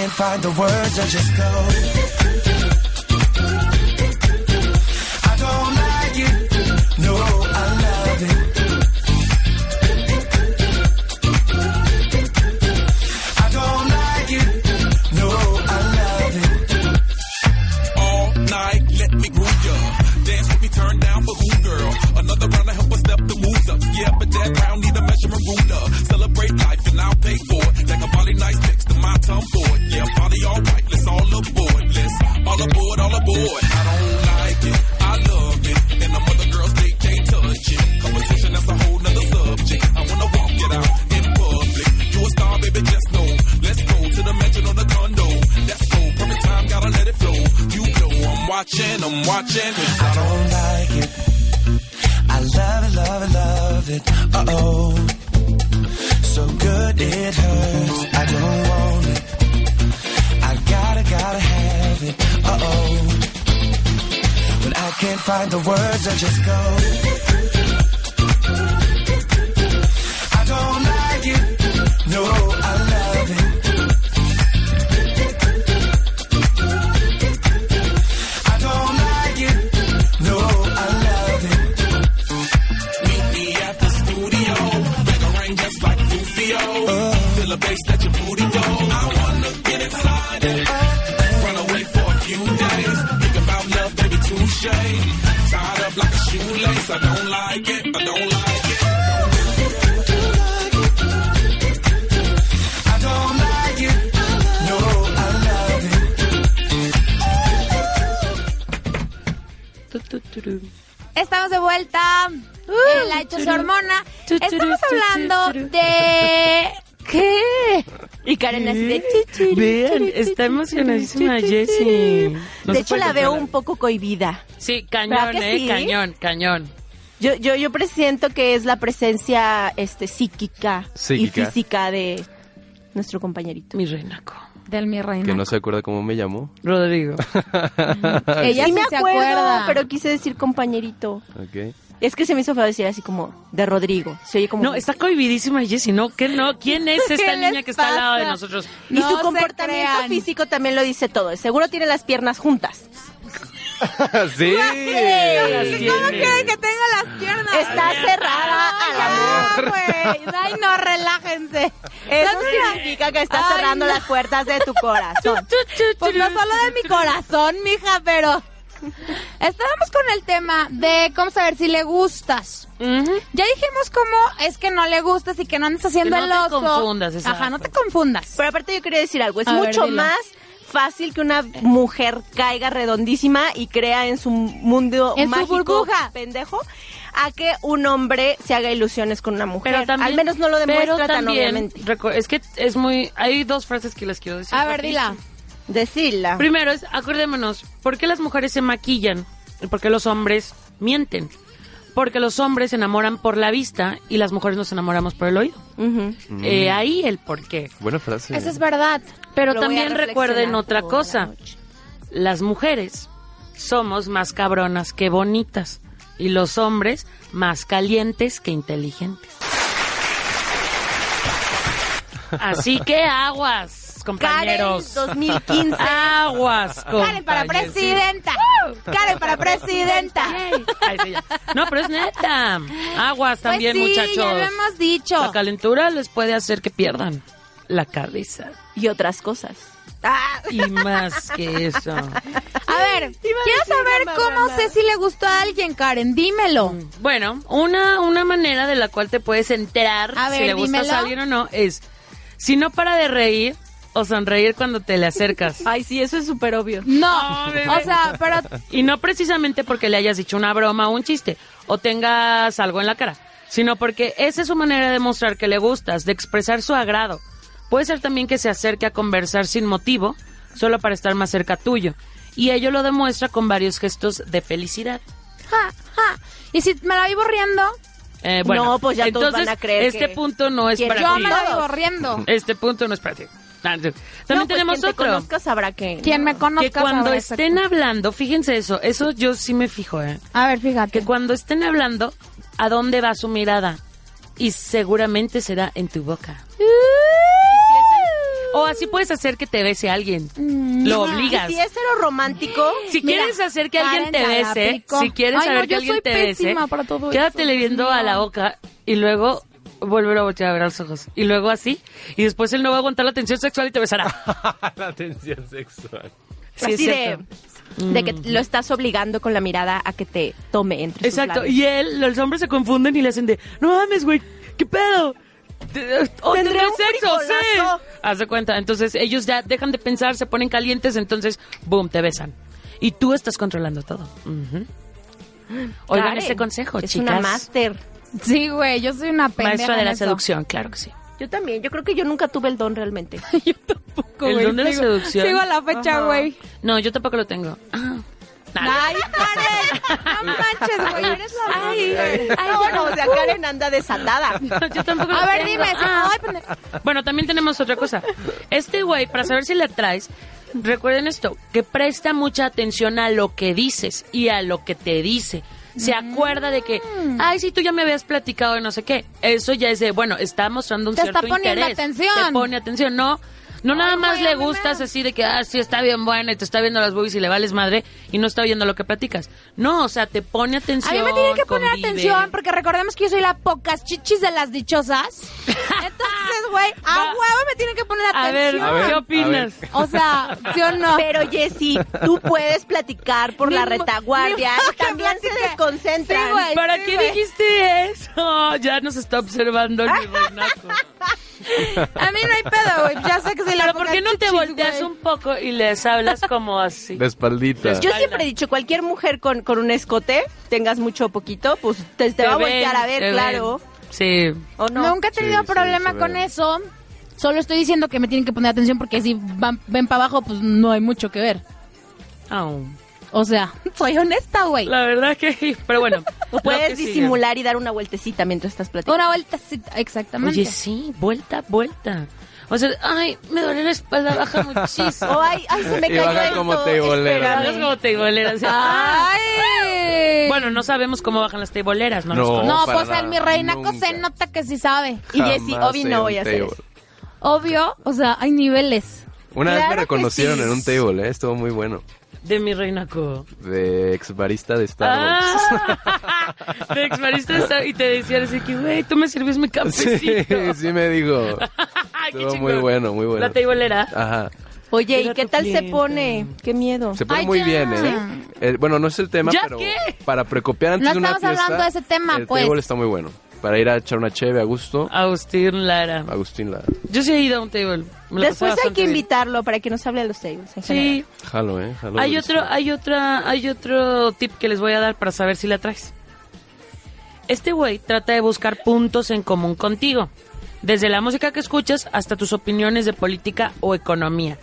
Speaker 14: find the words, I just go. I don't like it. No, I love it. I don't like it. No, I love it.
Speaker 15: all night. Let me groove ya. Dance with me, turn down for who, girl? Another round to help us step the moves up. Yeah, but that round need a measurement ruler. Celebrate life and I'll pay for it. Like a volley nice next to my tomboy. Yeah, volley all right. Let's all aboard. Let's all aboard, all aboard. I don't like it. I love it. And the mother girls, they can't touch it. Competition, that's a whole nother subject. I wanna walk it out in public. You a star, baby, just know. Let's go to the mansion or the condo. That's go. Perfect time, gotta let it flow. You know I'm watching, I'm watching.
Speaker 14: I don't like it. I love it, love it, love it. Uh oh. So good it hurts. I don't want it. I gotta, gotta have it. Uh oh. When I can't find the words, I just go. I don't like it. No, I love it. I don't like it. No, I love it.
Speaker 15: Meet me at the studio. Bang a ring just like Rufio. Feel the bass that your booty go. I wanna get inside it. Run away for a few days. Think about love, baby, touche. Tied up like a shoelace. I don't like it. I don't like it.
Speaker 14: I don't like it. No, I love it.
Speaker 1: Estamos de vuelta
Speaker 3: Uh,
Speaker 1: en la hecho su hormona. Estamos hablando de. ¿Qué?
Speaker 10: Y Karen así de...
Speaker 3: Vean, está emocionadísima Jessie. No
Speaker 10: de
Speaker 3: se
Speaker 10: hecho,
Speaker 3: puede
Speaker 10: la veo
Speaker 3: controlar.
Speaker 10: un poco cohibida.
Speaker 3: Sí,
Speaker 10: ¿Verdad
Speaker 3: cañón,
Speaker 10: que
Speaker 3: eh,
Speaker 10: sí?
Speaker 3: cañón, cañón.
Speaker 10: Yo, yo, yo presiento que es la presencia este, psíquica,
Speaker 13: Psíquica.
Speaker 10: y física de nuestro compañerito.
Speaker 3: Mi reinaco.
Speaker 1: Del mi reina.
Speaker 13: Que no se acuerda cómo me llamó.
Speaker 3: Rodrigo.
Speaker 1: Ella sí
Speaker 10: sí me
Speaker 1: se
Speaker 10: acuerdo,
Speaker 1: acuerda.
Speaker 10: pero quise decir compañerito.
Speaker 13: Ok.
Speaker 10: Es que se me hizo feo decir así como de Rodrigo. Se oye como...
Speaker 3: [LAUGHS] No, está cohibidísima Jessie, ¿no? ¿Qué no? ¿Quién es
Speaker 1: ¿Qué
Speaker 3: esta
Speaker 1: les
Speaker 3: niña que está al lado de
Speaker 1: pasa?
Speaker 3: nosotros?
Speaker 10: Y
Speaker 1: No
Speaker 10: su
Speaker 1: se
Speaker 10: comportamiento
Speaker 1: crean.
Speaker 10: físico también lo dice todo. Seguro tiene las piernas juntas.
Speaker 13: sí.
Speaker 1: ¿Cómo quieren que tenga las piernas?
Speaker 10: Está cerrada a la
Speaker 1: Ah, güey. Ay, no, relájense.
Speaker 10: Eso
Speaker 1: No se la-
Speaker 10: significa que estás
Speaker 1: Ay,
Speaker 10: cerrando
Speaker 1: no.
Speaker 10: las puertas de tu [LAUGHS] corazón.
Speaker 1: Pues no solo de mi corazón, mija, pero. Estábamos con el tema de cómo saber si le gustas. Ya dijimos cómo es que no le gustas y que no andes haciendo
Speaker 3: Que no
Speaker 1: el
Speaker 3: te
Speaker 1: oso.
Speaker 3: confundas, exacto.
Speaker 1: Ajá, no te confundas.
Speaker 10: Pero aparte yo quería decir algo. Es
Speaker 1: A ver,
Speaker 10: mucho
Speaker 1: dilo.
Speaker 10: más fácil que una mujer caiga redondísima y crea en su mundo
Speaker 1: En su
Speaker 10: mágico
Speaker 1: burbuja.
Speaker 10: pendejo a que un hombre se haga ilusiones con una mujer.
Speaker 3: Pero también,
Speaker 10: Al menos no lo
Speaker 3: pero
Speaker 10: demuestra tan
Speaker 3: también,
Speaker 10: obviamente.
Speaker 3: reco- Es que es muy... Hay dos frases que les quiero decir.
Speaker 1: A ver, dila.
Speaker 10: Decirla.
Speaker 3: Primero es, acordémonos, ¿por qué las mujeres se maquillan? ¿Y por qué los hombres mienten? Porque los hombres se enamoran por la vista y las mujeres nos enamoramos por el oído.
Speaker 10: Ujú.
Speaker 13: Mm.
Speaker 3: Eh, ahí el por qué.
Speaker 13: Buena frase.
Speaker 1: Eso es verdad.
Speaker 3: Pero
Speaker 10: Lo voy a
Speaker 3: también recuerden
Speaker 10: reflexionar
Speaker 3: otra
Speaker 10: toda la
Speaker 3: cosa.
Speaker 10: noche.
Speaker 3: Las mujeres somos más cabronas que bonitas y los hombres más calientes que inteligentes. Así que aguas, compañeros.
Speaker 10: Karen 2015.
Speaker 3: [LAUGHS] Aguas,
Speaker 1: Karen para
Speaker 3: compañeros.
Speaker 1: presidenta. Karen para presidenta.
Speaker 3: Yay. Ay, sí, ya. No, pero es neta. Aguas
Speaker 1: Pues
Speaker 3: también,
Speaker 1: sí,
Speaker 3: muchachos.
Speaker 1: ya lo hemos dicho.
Speaker 3: La calentura les puede hacer que pierdan la cabeza.
Speaker 10: Y otras cosas. Ah,
Speaker 3: Y más que eso.
Speaker 1: A ver, quiero
Speaker 10: decir
Speaker 1: saber
Speaker 10: una
Speaker 1: cómo
Speaker 10: mamada.
Speaker 1: sé si le gustó a alguien, Karen. Dímelo.
Speaker 3: Bueno, una, una manera de la cual te puedes enterar
Speaker 1: A
Speaker 3: si
Speaker 1: ver,
Speaker 3: le gustas
Speaker 1: dímelo.
Speaker 3: a alguien o no es si no para de reír o sonreír cuando te le acercas.
Speaker 10: Ay, sí, eso es súper obvio.
Speaker 1: No.
Speaker 3: bebé.
Speaker 1: o sea, pero
Speaker 3: Y no precisamente porque le hayas dicho una broma o un chiste o tengas algo en la cara, sino porque esa es su manera de demostrar que le gustas, de expresar su agrado. Puede ser también que se acerque a conversar sin motivo, solo para estar más cerca tuyo. Y ello lo demuestra con varios gestos de felicidad.
Speaker 1: Ja, ja. Y si me la vivo riendo,
Speaker 3: Eh, bueno,
Speaker 10: No, pues ya todos
Speaker 3: entonces,
Speaker 10: van a creer
Speaker 3: Este
Speaker 10: que-
Speaker 3: punto no es
Speaker 10: que
Speaker 3: para
Speaker 1: yo
Speaker 3: ti.
Speaker 1: me la vivo
Speaker 10: Todos.
Speaker 1: riendo.
Speaker 3: Este punto no es para ti. Ah, sí. También
Speaker 10: No, pues
Speaker 3: tenemos
Speaker 10: quien te
Speaker 3: otro.
Speaker 10: conozca sabrá que.
Speaker 1: Quien me
Speaker 3: Que
Speaker 1: conozca
Speaker 3: cuando
Speaker 1: sabrá
Speaker 3: estén
Speaker 1: exacto.
Speaker 3: hablando, fíjense eso, eso yo sí me fijo, ¿eh?
Speaker 1: A ver, fíjate.
Speaker 3: que cuando estén hablando, ¿a dónde va su mirada? Y seguramente será en tu boca.
Speaker 1: Oh,
Speaker 3: O así puedes hacer que te bese alguien. Lo
Speaker 1: Mm,
Speaker 3: obligas.
Speaker 10: Si es cero romántico.
Speaker 3: Si quieres hacer que alguien te bese, si quieres
Speaker 1: Ay, no,
Speaker 3: saber que
Speaker 1: yo
Speaker 3: alguien
Speaker 1: soy
Speaker 3: te bese,
Speaker 1: pésima para todo
Speaker 3: quédatele viendo a la boca y luego volver a voltear a ver a los ojos. Y luego así, y después él no va a aguantar la tensión sexual y te besará.
Speaker 13: la tensión sexual.
Speaker 3: Sí,
Speaker 10: así
Speaker 3: es
Speaker 10: de,
Speaker 3: cierto.
Speaker 10: de que
Speaker 3: Mm.
Speaker 10: lo estás obligando con la mirada a que te tome entre sus
Speaker 3: Exacto.
Speaker 10: labios.
Speaker 3: Y él, los hombres se confunden y le hacen de, no mames, güey, ¿qué pedo? Te- oh,
Speaker 10: Tendré
Speaker 3: tendré
Speaker 10: un
Speaker 3: sexo,
Speaker 10: frijolazo.
Speaker 3: sí. Haz de cuenta. Entonces ellos ya dejan de pensar, se ponen calientes, entonces, boom, te besan. Y tú estás controlando todo. Ujú. Oigan
Speaker 10: Karen,
Speaker 3: ese consejo,
Speaker 10: es
Speaker 3: chicas.
Speaker 10: una máster.
Speaker 1: Sí, güey, yo soy una pendeja.
Speaker 3: Maestra de la
Speaker 1: en eso.
Speaker 3: seducción, claro que sí.
Speaker 10: Yo también, yo creo que yo nunca tuve el don realmente.
Speaker 3: El
Speaker 1: güey,
Speaker 3: don de la
Speaker 1: sigo-
Speaker 3: seducción.
Speaker 1: sigo a la fecha,
Speaker 3: Ajá.
Speaker 1: güey.
Speaker 3: No, yo tampoco lo tengo. Ah.
Speaker 1: Ay, Karen, no manches, güey, eres la
Speaker 10: Ay, ay, bueno, o sea, Karen anda desatada.
Speaker 3: Yo tampoco
Speaker 1: A
Speaker 3: lo
Speaker 1: ver,
Speaker 3: tengo.
Speaker 1: dime,
Speaker 3: Ah.
Speaker 1: ay, pendeja.
Speaker 3: Bueno, también tenemos otra cosa. Este güey, para saber si le atraes, recuerden esto, que presta mucha atención a lo que dices y a lo que te dice. Se
Speaker 1: Mm.
Speaker 3: acuerda de que, ay, si tú ya me habías platicado de no sé qué. Eso ya es de, bueno, está mostrando un
Speaker 1: Te
Speaker 3: cierto
Speaker 1: está poniendo
Speaker 3: interés.
Speaker 1: atención.
Speaker 3: Te pone atención, no. No nada más le gustas así de que, ah, sí, está bien bueno y te está viendo las boobies y le vales madre y no está oyendo lo que platicas. No, o sea, te pone
Speaker 1: A
Speaker 3: atención.
Speaker 1: mí me tienen que poner
Speaker 3: convive.
Speaker 1: atención porque recordemos que yo soy la pocas chichis de las
Speaker 3: [LAUGHS]
Speaker 1: dichosas. Entonces, güey, a huevo me tienen que poner
Speaker 3: A ver,
Speaker 1: atención.
Speaker 3: A ver, ¿qué opinas? a ver.
Speaker 1: O sea, ¿sí o no?
Speaker 10: Pero Jessy, tú puedes platicar por la retaguardia y también se desconcentran.
Speaker 3: ¿Para qué dijiste eso? [LAUGHS] Ya nos está observando
Speaker 10: [LAUGHS]
Speaker 3: el reinaco.
Speaker 1: A mí no hay pedo, güey. Ya sé que
Speaker 3: [LAUGHS]
Speaker 1: soy la
Speaker 3: Pero
Speaker 1: poca
Speaker 3: ¿por qué no te
Speaker 1: chichis,
Speaker 3: volteas
Speaker 1: güey?
Speaker 3: un poco y les hablas como
Speaker 13: [LAUGHS]
Speaker 3: así?
Speaker 13: De espaldita.
Speaker 10: [LAUGHS] Pues Yo siempre he dicho, cualquier mujer con, con un escote, tengas mucho o poquito, pues te, te va a
Speaker 3: ven,
Speaker 10: voltear a
Speaker 3: te
Speaker 10: ver,
Speaker 3: ven.
Speaker 10: claro.
Speaker 3: Sí.
Speaker 10: ¿O no?
Speaker 1: Nunca he tenido
Speaker 10: Sí, sí,
Speaker 1: problema
Speaker 10: se
Speaker 1: con
Speaker 10: ve.
Speaker 1: eso. Solo estoy diciendo que me tienen que poner atención porque si van- ven para abajo, pues no hay mucho que ver. O sea, [LAUGHS] soy honesta, güey.
Speaker 3: La verdad que pero bueno.
Speaker 10: O
Speaker 3: lo que
Speaker 10: puedes
Speaker 3: sigue.
Speaker 10: disimular y dar una vueltecita mientras estás platicando.
Speaker 1: Una vuelta, sí, exactamente.
Speaker 3: Oye, sí, vuelta, vuelta. O sea, ay, me duele la espalda baja muchísimo.
Speaker 10: O, [LAUGHS] ay, ay, se me
Speaker 13: Y baja como teibolera.
Speaker 3: Hablas como teiboleras.
Speaker 1: Ay.
Speaker 3: Bueno, no sabemos cómo bajan las teiboleras, ¿no?
Speaker 13: No,
Speaker 1: No,
Speaker 13: para
Speaker 1: pues el mi
Speaker 13: nada,
Speaker 1: reina
Speaker 13: nunca.
Speaker 1: se nota que sí sabe.
Speaker 10: Y Jessy,
Speaker 13: Jamás
Speaker 10: Obi,
Speaker 13: en
Speaker 10: no
Speaker 13: un
Speaker 10: voy a hacer
Speaker 13: table.
Speaker 10: eso.
Speaker 1: Obvio, o sea, hay niveles.
Speaker 13: Una vez
Speaker 1: Claro
Speaker 13: me
Speaker 1: que
Speaker 13: reconocieron
Speaker 1: sí.
Speaker 13: en un table, ¿eh? estuvo muy bueno.
Speaker 3: De mi reinaco.
Speaker 13: De ex barista de Starbucks.
Speaker 10: [LAUGHS]
Speaker 3: Ah, te
Speaker 13: [LAUGHS]
Speaker 3: exmariste esa- y te decían así que, güey, tú me sirves mi cafecito.
Speaker 13: sí, sí me dijo.
Speaker 3: [LAUGHS] Ay, qué
Speaker 13: Estuvo
Speaker 3: chingón.
Speaker 13: muy bueno, muy bueno.
Speaker 3: La teibolera.
Speaker 13: Ajá.
Speaker 10: Oye,
Speaker 3: Era
Speaker 10: ¿y qué
Speaker 3: tu
Speaker 10: tal se
Speaker 3: clienta.
Speaker 10: pone? Qué miedo.
Speaker 13: Se pone muy bien, ¿eh? Eh, Bueno, no es el tema,
Speaker 10: ¿Ya
Speaker 13: pero
Speaker 10: qué?
Speaker 13: para precopiar antes
Speaker 1: No
Speaker 13: de una
Speaker 1: estamos
Speaker 13: fiesta,
Speaker 1: hablando de ese tema,
Speaker 13: el
Speaker 1: pues.
Speaker 13: table está muy bueno. Para ir a echar una cheve a gusto.
Speaker 3: Agustín Lara.
Speaker 13: Agustín Lara.
Speaker 3: Yo sí he ido a un table. Me la pasé
Speaker 10: Después hay
Speaker 3: bastante
Speaker 10: que
Speaker 3: bien.
Speaker 10: invitarlo para que nos hable de los tables en
Speaker 3: Sí,
Speaker 10: general.
Speaker 13: Jalo, ¿eh? Jalo.
Speaker 3: hay
Speaker 13: durísimo.
Speaker 3: otro, hay otra, hay otro tip que les voy a dar para saber si la traes. Este güey trata de buscar puntos en común contigo, desde la música que escuchas hasta tus opiniones de política o economía.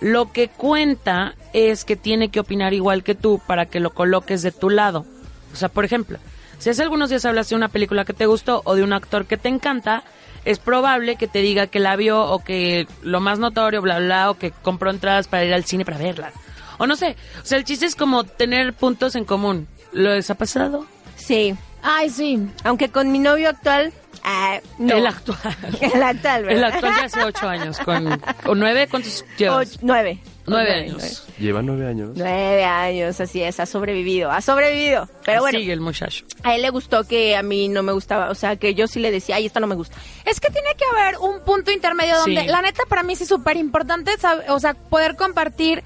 Speaker 3: Lo que cuenta es que tiene que opinar igual que tú para que lo coloques de tu lado. O sea, por ejemplo, si hace algunos días hablaste de una película que te gustó o de un actor que te encanta, es probable que te diga que la vio o que lo más notorio, bla, bla, o que compró entradas para ir al cine para verla. O no sé. O sea, el chiste es como tener puntos en común. ¿Lo les ha pasado?
Speaker 10: Sí.
Speaker 1: Ay, sí.
Speaker 10: Aunque con mi novio actual, ah, no.
Speaker 3: El actual.
Speaker 10: [LAUGHS] El actual,
Speaker 3: El
Speaker 10: ¿verdad?
Speaker 3: actual de hace ocho años. Con, ¿O nueve? ¿Cuántos llevas?
Speaker 10: Och- nueve.
Speaker 3: Nueve
Speaker 10: Nueve,
Speaker 3: años.
Speaker 13: Lleva nueve años.
Speaker 10: Nueve años, así es, ha sobrevivido, ha sobrevivido. Pero bueno,
Speaker 3: Sigue el muchacho.
Speaker 10: a él le gustó que a mí no me gustaba, o sea, que yo sí le decía, ay, esta no me gusta.
Speaker 1: Es que tiene que haber un punto intermedio
Speaker 10: Sí.
Speaker 1: donde, la neta, para mí sí es súper importante, sab- o sea, poder compartir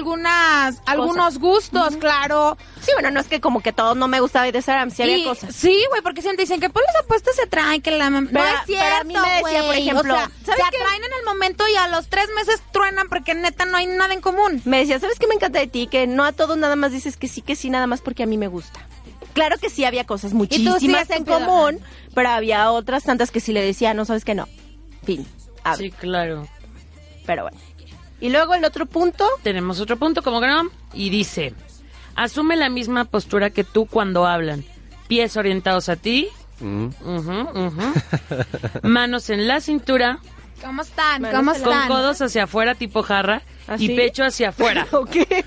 Speaker 1: algunas, algunos gustos, claro.
Speaker 10: Sí, bueno, no es que como que todo no me gustaba y de esa, sí había
Speaker 1: Y-
Speaker 10: cosas.
Speaker 1: Sí, güey, porque siempre dicen que por las apuestas se traen, que la... mam-
Speaker 10: Pero-
Speaker 1: no es
Speaker 10: pero
Speaker 1: cierto,
Speaker 10: a mí me decía, por
Speaker 1: güey.
Speaker 10: ejemplo,
Speaker 1: o sea,
Speaker 10: ¿sabes
Speaker 1: se
Speaker 10: qué?
Speaker 1: atraen en el momento y a los tres meses truenan porque neta no hay nada en común.
Speaker 10: Me decía, ¿sabes qué me encanta de ti? Que no a todos nada más dices que sí, que sí, nada más porque a mí me gusta. Claro que sí había cosas muchísimas en
Speaker 1: estúpido.
Speaker 10: común, pero había otras tantas que sí le decía, no sabes que no. Fin. A ver,
Speaker 3: Sí, claro.
Speaker 10: Pero bueno. Y luego el otro punto.
Speaker 3: Tenemos otro punto, como que no. Y dice: Asume la misma postura que tú cuando hablan. Pies orientados a ti.
Speaker 13: Mm.
Speaker 3: ujú, ujú, Manos en la cintura.
Speaker 1: ¿Cómo están?
Speaker 10: Manos
Speaker 1: ¿Cómo
Speaker 10: en la-
Speaker 3: Con
Speaker 1: están?
Speaker 3: codos hacia afuera, tipo jarra.
Speaker 10: ¿Así? [LAUGHS]
Speaker 3: Y pecho hacia afuera.
Speaker 10: ¿O qué?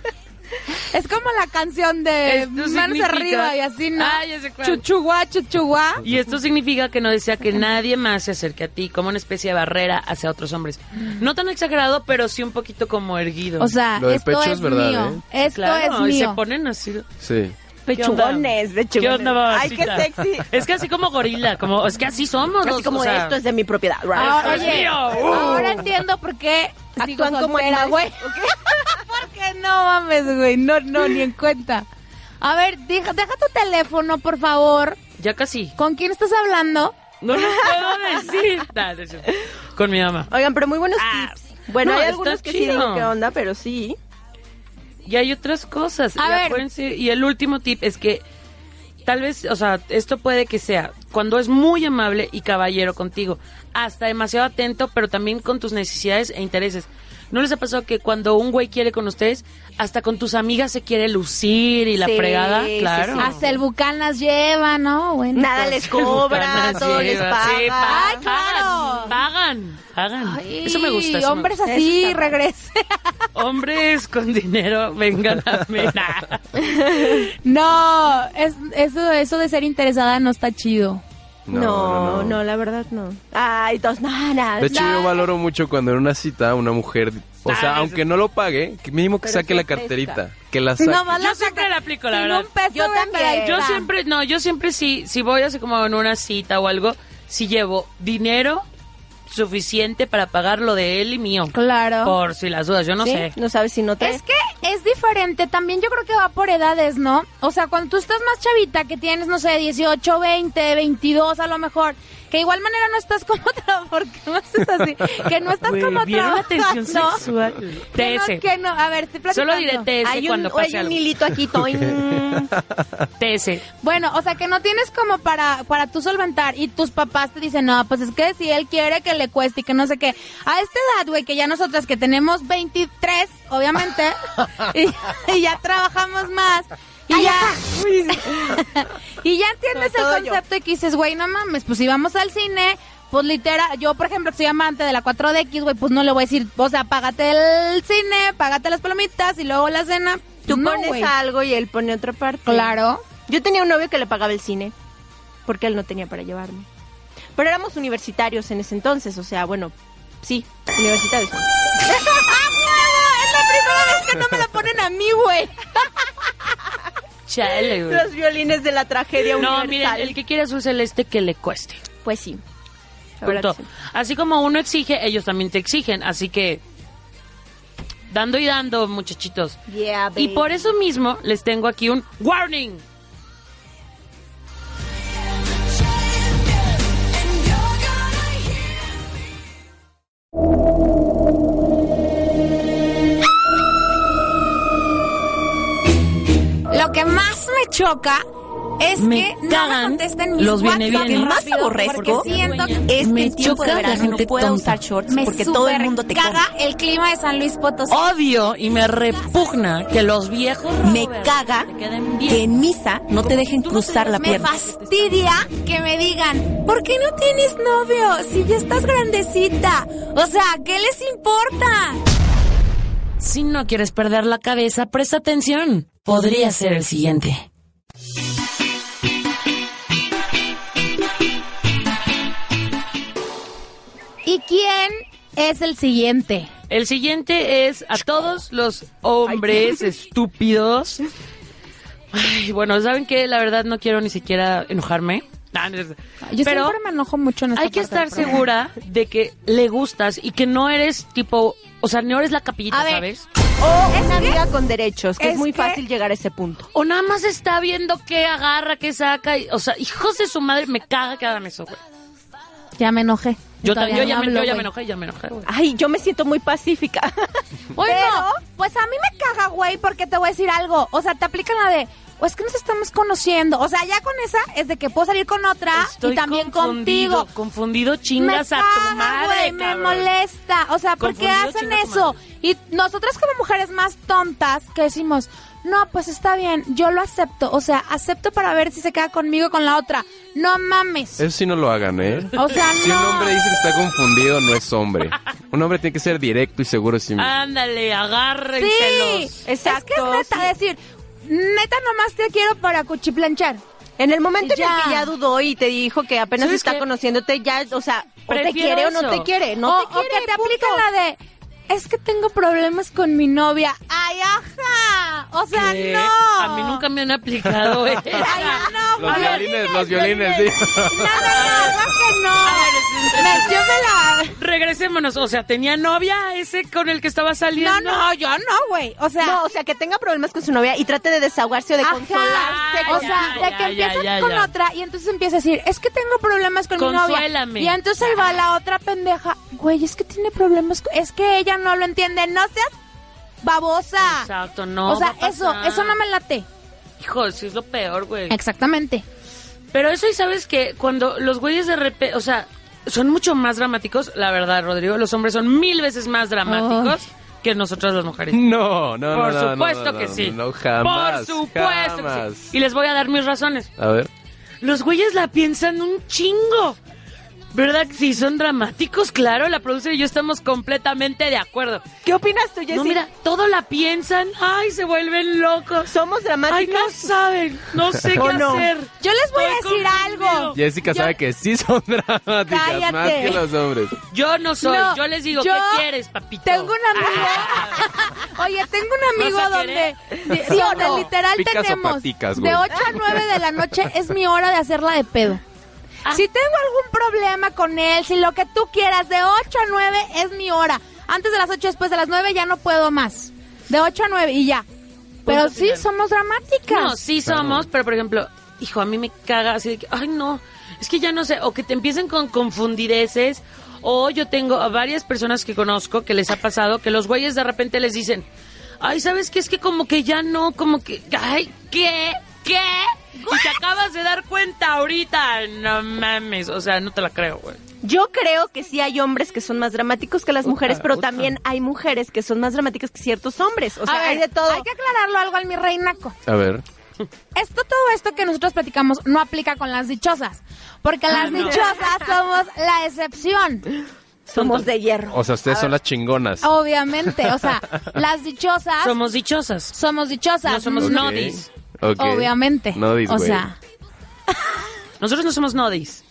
Speaker 1: Es como la canción de
Speaker 3: Esto
Speaker 1: manos
Speaker 3: significa-
Speaker 1: arriba y así, ¿no?
Speaker 3: Ah, ya sé cuál.
Speaker 1: Chuchuá, chuchuá.
Speaker 3: Y esto significa que no desea que nadie más se acerque a ti, como una especie de barrera hacia otros hombres. No tan exagerado, pero sí un poquito como erguido.
Speaker 1: O sea, Lo del esto pecho es es verdad, mío. ¿eh? Esto
Speaker 3: Claro,
Speaker 1: es
Speaker 3: y
Speaker 1: mío.
Speaker 3: se ponen así.
Speaker 13: Sí.
Speaker 10: Pechugones,
Speaker 3: ¿Qué
Speaker 10: pechugones.
Speaker 3: onda,
Speaker 10: Ay, qué
Speaker 3: babacita?
Speaker 10: sexy.
Speaker 3: Es que así como gorila, como, es que así somos.
Speaker 10: Así
Speaker 3: los-
Speaker 10: como
Speaker 3: o sea, ah,
Speaker 10: esto es de mi propiedad. right?
Speaker 1: Ahora, Ah,
Speaker 3: Dios
Speaker 1: oye,
Speaker 3: mío, uh.
Speaker 1: ahora entiendo por qué actúan
Speaker 10: como eh.
Speaker 1: soltera,
Speaker 10: animales,
Speaker 1: güey. Porque no mames, güey. No, no, ni en cuenta. A ver, deja, deja tu teléfono, por favor.
Speaker 3: Ya casi.
Speaker 1: ¿Con quién estás hablando?
Speaker 3: No lo
Speaker 1: [LAUGHS]
Speaker 3: puedo decir. Nah, no es cierto. Con mi mamá.
Speaker 10: Oigan, pero muy buenos tips. Bueno,
Speaker 3: Ah, no,
Speaker 10: hay
Speaker 3: está
Speaker 10: algunos que sí
Speaker 3: chido.
Speaker 10: digo qué onda, pero sí.
Speaker 3: Y hay otras cosas.
Speaker 10: A
Speaker 3: y,
Speaker 10: ver.
Speaker 3: acuérdense- y el último tip es que tal vez, o sea, esto puede que sea cuando es muy amable y caballero contigo, hasta demasiado atento, pero también con tus necesidades e intereses. ¿No les ha pasado que cuando un güey quiere con ustedes, hasta con tus amigas se quiere lucir y la
Speaker 1: Sí,
Speaker 3: fregada?
Speaker 1: sí,
Speaker 3: Claro.
Speaker 1: sí. Hasta el bucanas lleva, ¿no? Bueno,
Speaker 10: Nada [LAUGHS] les cobra,
Speaker 3: Bucanas
Speaker 10: todo les
Speaker 3: lleva,
Speaker 10: paga.
Speaker 3: sí, paga.
Speaker 1: Ay, claro.
Speaker 3: Pagan, pagan. eso me gusta.
Speaker 1: Y
Speaker 3: eso me
Speaker 1: hombres
Speaker 3: gusta.
Speaker 1: así regresen.
Speaker 3: Hombres con dinero, [LAUGHS] vengan a
Speaker 1: [LAUGHS]
Speaker 3: mirar.
Speaker 1: No, es, eso, eso de ser interesada no está chido.
Speaker 13: No, no, no.
Speaker 10: la verdad no. Ay, dos nanas.
Speaker 13: De hecho, yo valoro mucho cuando en una cita una mujer, o sea, aunque no lo pague, que mínimo que
Speaker 3: Pero
Speaker 13: saque la
Speaker 3: sí presta.
Speaker 13: carterita, que la saque.
Speaker 3: yo siempre la aplico, la
Speaker 1: sin
Speaker 3: verdad.
Speaker 1: un peso Yo de también. extra.
Speaker 3: Yo siempre, no, yo siempre sí, si voy así como en una cita o algo, si llevo dinero suficiente para pagar lo de él y mío.
Speaker 1: Claro.
Speaker 3: Por si las dudas, yo no
Speaker 10: Sí,
Speaker 3: sé.
Speaker 10: No sabes si no te...
Speaker 1: Es
Speaker 3: Este.
Speaker 1: que es diferente, también yo creo que va por edades, ¿no? O sea, cuando tú estás más chavita, que tienes, no sé, 18, 20, 22 a lo mejor, que de igual manera no estás [LAUGHS] como tra- ¿por qué me haces así? Que no estás
Speaker 3: Güey,
Speaker 1: como
Speaker 3: ¿vieron la
Speaker 1: trabajando.
Speaker 3: tensión
Speaker 1: [LAUGHS]
Speaker 3: sexual?
Speaker 1: Que no,
Speaker 3: TS.
Speaker 1: que no, a ver, estoy platicando.
Speaker 3: Solo diré TS
Speaker 1: Hay un-
Speaker 3: cuando
Speaker 1: hay
Speaker 3: pase
Speaker 1: un
Speaker 3: algo.
Speaker 13: [LAUGHS]
Speaker 1: hilito aquí, toin.
Speaker 3: TS.
Speaker 1: Bueno, o sea, que no tienes como para para tú solventar y tus papás te dicen, no, pues es que si él quiere que le cueste y que no sé qué. A esta edad, güey, que ya nosotras que tenemos 23,
Speaker 10: [LAUGHS]
Speaker 1: obviamente, y, y ya trabajamos más. Y ya, [LAUGHS] y ya entiendes
Speaker 10: Sobre todo
Speaker 1: el concepto y que dices, güey, no mames, pues si vamos al cine, pues literal, yo por ejemplo que soy amante de la 4DX, güey, pues no le voy a decir, o sea, págate el cine, págate las palomitas y luego la cena.
Speaker 10: Tú
Speaker 1: No,
Speaker 10: pones
Speaker 1: güey.
Speaker 10: algo y él pone otra parte.
Speaker 1: Claro.
Speaker 10: Yo tenía un novio que le pagaba el cine porque él no tenía para llevarme. Pero éramos universitarios en ese entonces, o sea, bueno, sí, universitarios.
Speaker 1: [LAUGHS] es la primera vez que no me la ponen a mí, güey. [LAUGHS]
Speaker 3: Chale, güey.
Speaker 10: Los violines de la tragedia
Speaker 3: No,
Speaker 10: universal.
Speaker 3: miren, el que quiera azul celeste que le cueste.
Speaker 10: Pues sí. La verdad
Speaker 3: Punto.
Speaker 10: que sí.
Speaker 3: Así como uno exige, ellos también te exigen. Así que dando y dando, muchachitos.
Speaker 10: Yeah,
Speaker 3: Y
Speaker 10: babe.
Speaker 3: por eso mismo les tengo aquí un warning.
Speaker 1: Lo que más me choca es que no me contesten mis
Speaker 11: los viene
Speaker 1: WhatsApp
Speaker 11: bien.
Speaker 1: rápido,
Speaker 11: Más aborrezco
Speaker 1: porque siento que
Speaker 11: es que
Speaker 1: me
Speaker 11: en tiempo de
Speaker 1: choca
Speaker 11: verano
Speaker 1: la gente
Speaker 11: no pueda
Speaker 1: tonta.
Speaker 11: usar shorts
Speaker 1: Me
Speaker 11: porque todo el mundo te
Speaker 1: supercaga el clima de San Luis Potosí.
Speaker 3: Odio y me repugna que los viejos
Speaker 11: Me caga que en misa no te dejen cruzar la
Speaker 1: Me
Speaker 11: pierna.
Speaker 1: fastidia que me digan, ¿por qué no tienes novio si ya estás grandecita? O sea, ¿qué les importa?
Speaker 3: Si no quieres perder la cabeza, presta atención. Podría ser el siguiente.
Speaker 1: ¿Y quién es el siguiente?
Speaker 3: El siguiente es a todos los hombres estúpidos. Ay, bueno, ¿saben que La verdad no quiero ni siquiera enojarme. Nah, no es cierto.
Speaker 1: Yo
Speaker 3: Pero
Speaker 1: siempre me enojo mucho en esta
Speaker 3: hay que
Speaker 1: parte del
Speaker 3: estar segura de que le gustas y que no eres tipo, o sea, no eres la capillita,
Speaker 10: A ver.
Speaker 3: ¿sabes?
Speaker 10: O una vida con derechos, que es,
Speaker 3: es
Speaker 10: muy
Speaker 3: que-
Speaker 10: fácil llegar a ese punto.
Speaker 3: O nada más está viendo qué agarra, qué saca. y- o sea, hijos de su madre, me caga que hagan eso, güey.
Speaker 1: Ya me enojé.
Speaker 3: Yo,
Speaker 1: Todavía
Speaker 3: también, yo
Speaker 1: no
Speaker 3: ya, me,
Speaker 1: hablo,
Speaker 3: yo ya
Speaker 1: güey.
Speaker 3: me enojé, ya me enojé, güey.
Speaker 10: Ay, yo me siento muy pacífica. [LAUGHS]
Speaker 1: Bueno, pues a mí me caga, güey, porque te voy a decir algo. O sea, te aplican la de, o es que nos estamos conociendo. O sea, ya con esa es de que puedo salir con otra
Speaker 3: Estoy
Speaker 1: Ah, y también
Speaker 3: confundido,
Speaker 1: contigo.
Speaker 3: Confundido
Speaker 1: Me
Speaker 3: chingas a
Speaker 1: caga,
Speaker 3: tu madre,
Speaker 1: güey, me
Speaker 3: cabrón.
Speaker 1: molesta. O sea, ¿por qué
Speaker 3: Confundido,
Speaker 1: hacen
Speaker 3: chinga a tu
Speaker 1: eso? Y nosotras como mujeres más tontas que decimos, no, pues está bien, yo lo acepto. O sea, acepto para ver si se queda conmigo o con la otra. No mames.
Speaker 13: Eso sí no lo hagan, ¿eh?
Speaker 1: O sea,
Speaker 13: [LAUGHS] Si un
Speaker 1: no.
Speaker 13: hombre dice que está confundido, no es hombre. Un hombre tiene que ser directo y seguro de sí
Speaker 3: Ah,
Speaker 13: mismo.
Speaker 3: Ándale,
Speaker 1: Sí,
Speaker 3: agárrenselos.
Speaker 1: es que es neta decir, neta nomás te quiero para cuchiplanchar.
Speaker 10: En el momento en
Speaker 1: Ya.
Speaker 10: el que ya dudó y te dijo que apenas
Speaker 1: ¿Sabes
Speaker 10: está
Speaker 1: qué?
Speaker 10: conociéndote, ya, o sea, o te
Speaker 1: Prefiero
Speaker 10: quiere o no
Speaker 1: eso.
Speaker 10: te quiere, no
Speaker 1: O-
Speaker 10: te quiere.
Speaker 1: O que te aplica la de, es que tengo problemas con mi novia. ¡Ay, ajá! O sea,
Speaker 3: ¿Qué?
Speaker 1: no.
Speaker 3: A mí nunca me han aplicado [LAUGHS] eso.
Speaker 13: Los violines, los violines, sí.
Speaker 1: no. Yo me la...
Speaker 3: Regresémonos. O sea, ¿tenía novia ese con el que estaba saliendo?
Speaker 1: No, no, yo no, güey. O sea,
Speaker 10: No, o sea, que tenga problemas con su novia y trate de desahogarse o de
Speaker 1: Ajá.
Speaker 10: consolarse.
Speaker 1: O
Speaker 10: con-
Speaker 1: sea,
Speaker 3: ya,
Speaker 1: de que
Speaker 3: ya,
Speaker 1: empiezan
Speaker 3: ya,
Speaker 1: con
Speaker 3: ya.
Speaker 1: otra y entonces empieza a decir, es que tengo problemas con mi novia.
Speaker 3: Consuélame.
Speaker 1: Y entonces ahí va la otra pendeja, güey, es que tiene problemas, co- es que ella no lo entiende, no seas babosa.
Speaker 3: Exacto, no.
Speaker 1: o sea,
Speaker 3: va a
Speaker 1: eso,
Speaker 3: pasar.
Speaker 1: eso no me late.
Speaker 3: Hijo, sí es lo peor, güey.
Speaker 1: Exactamente.
Speaker 3: Pero eso y sabes que cuando los güeyes de repente, o sea, son mucho más dramáticos, la verdad, Rodrigo, los hombres son mil veces más dramáticos que nosotras las mujeres.
Speaker 13: No, no,
Speaker 3: Por
Speaker 13: no, no,
Speaker 3: supuesto
Speaker 13: no, no,
Speaker 3: que sí.
Speaker 13: No, jamás.
Speaker 3: Por supuesto que
Speaker 13: jamás.
Speaker 3: sí. Y les voy a dar mis razones.
Speaker 13: A ver.
Speaker 3: Los güeyes la piensan un chingo. ¿Verdad que sí son dramáticos? Claro, la producer y yo estamos completamente de acuerdo.
Speaker 10: ¿Qué opinas tú, Jessy?
Speaker 3: No, mira, todo la piensan. Ay, se vuelven locos.
Speaker 10: Somos
Speaker 3: Ay,
Speaker 10: dramáticas.
Speaker 3: no saben. No sé
Speaker 13: ¿O
Speaker 3: qué
Speaker 13: no?
Speaker 3: hacer.
Speaker 1: Yo les voy a
Speaker 3: Estoy
Speaker 1: decir algo.
Speaker 13: Jessica sabe que sí son [LAUGHS] dramáticas más
Speaker 1: Cállate.
Speaker 13: que los hombres.
Speaker 3: Yo no soy.
Speaker 1: No,
Speaker 3: yo les digo,
Speaker 1: yo
Speaker 3: ¿qué quieres, papito? Ah,
Speaker 1: Tengo un amigo. [LAUGHS] Oye, tengo un amigo
Speaker 3: ¿Vas a
Speaker 1: donde,
Speaker 3: querer?
Speaker 1: de- sí, donde literal
Speaker 13: Picas o
Speaker 1: tenemos
Speaker 13: paticas, güey.
Speaker 1: de 8 a 9 de
Speaker 13: [LAUGHS]
Speaker 1: la noche es mi hora de hacerla de pedo. Si tengo algún problema con él, si lo que tú quieras, de 8 a 9 es mi hora. Antes de las 8, después de las 9 ya no puedo más. De 8 a 9 y ya. Pero sí, somos dramáticas.
Speaker 3: No, sí somos, pero por ejemplo, hijo, a mí me caga así de que, ay, no, es que ya no sé, o que te empiecen con confundideces, o yo tengo a varias personas que conozco que les ha pasado que los güeyes de repente les dicen, ay, ¿sabes qué? Es que como que ya no, como que, ay, ¿qué? ¿Qué? Y te acabas de dar cuenta ahorita, no mames, o sea, no te la creo, güey.
Speaker 10: Yo creo que sí hay hombres que son más dramáticos que las mujeres, pero también hay mujeres que son más dramáticas que ciertos hombres. O sea,
Speaker 1: A ver,
Speaker 10: hay de todo.
Speaker 1: Hay que aclararlo algo al mi rey Naco.
Speaker 13: A ver.
Speaker 1: Esto, todo esto que nosotros platicamos no aplica con las dichosas, porque las
Speaker 3: no.
Speaker 1: dichosas somos la excepción,
Speaker 10: Somos de hierro.
Speaker 13: O sea, ustedes son las chingonas.
Speaker 3: Oh,
Speaker 1: obviamente. O sea, las dichosas somos,
Speaker 3: Somos dichosas.
Speaker 1: dichosas.
Speaker 3: No somos
Speaker 13: Ok,
Speaker 3: nodis.
Speaker 13: ok.
Speaker 1: Obviamente.
Speaker 13: Nodis,
Speaker 1: o
Speaker 13: güey.
Speaker 1: sea,
Speaker 3: Nosotros no somos nodis.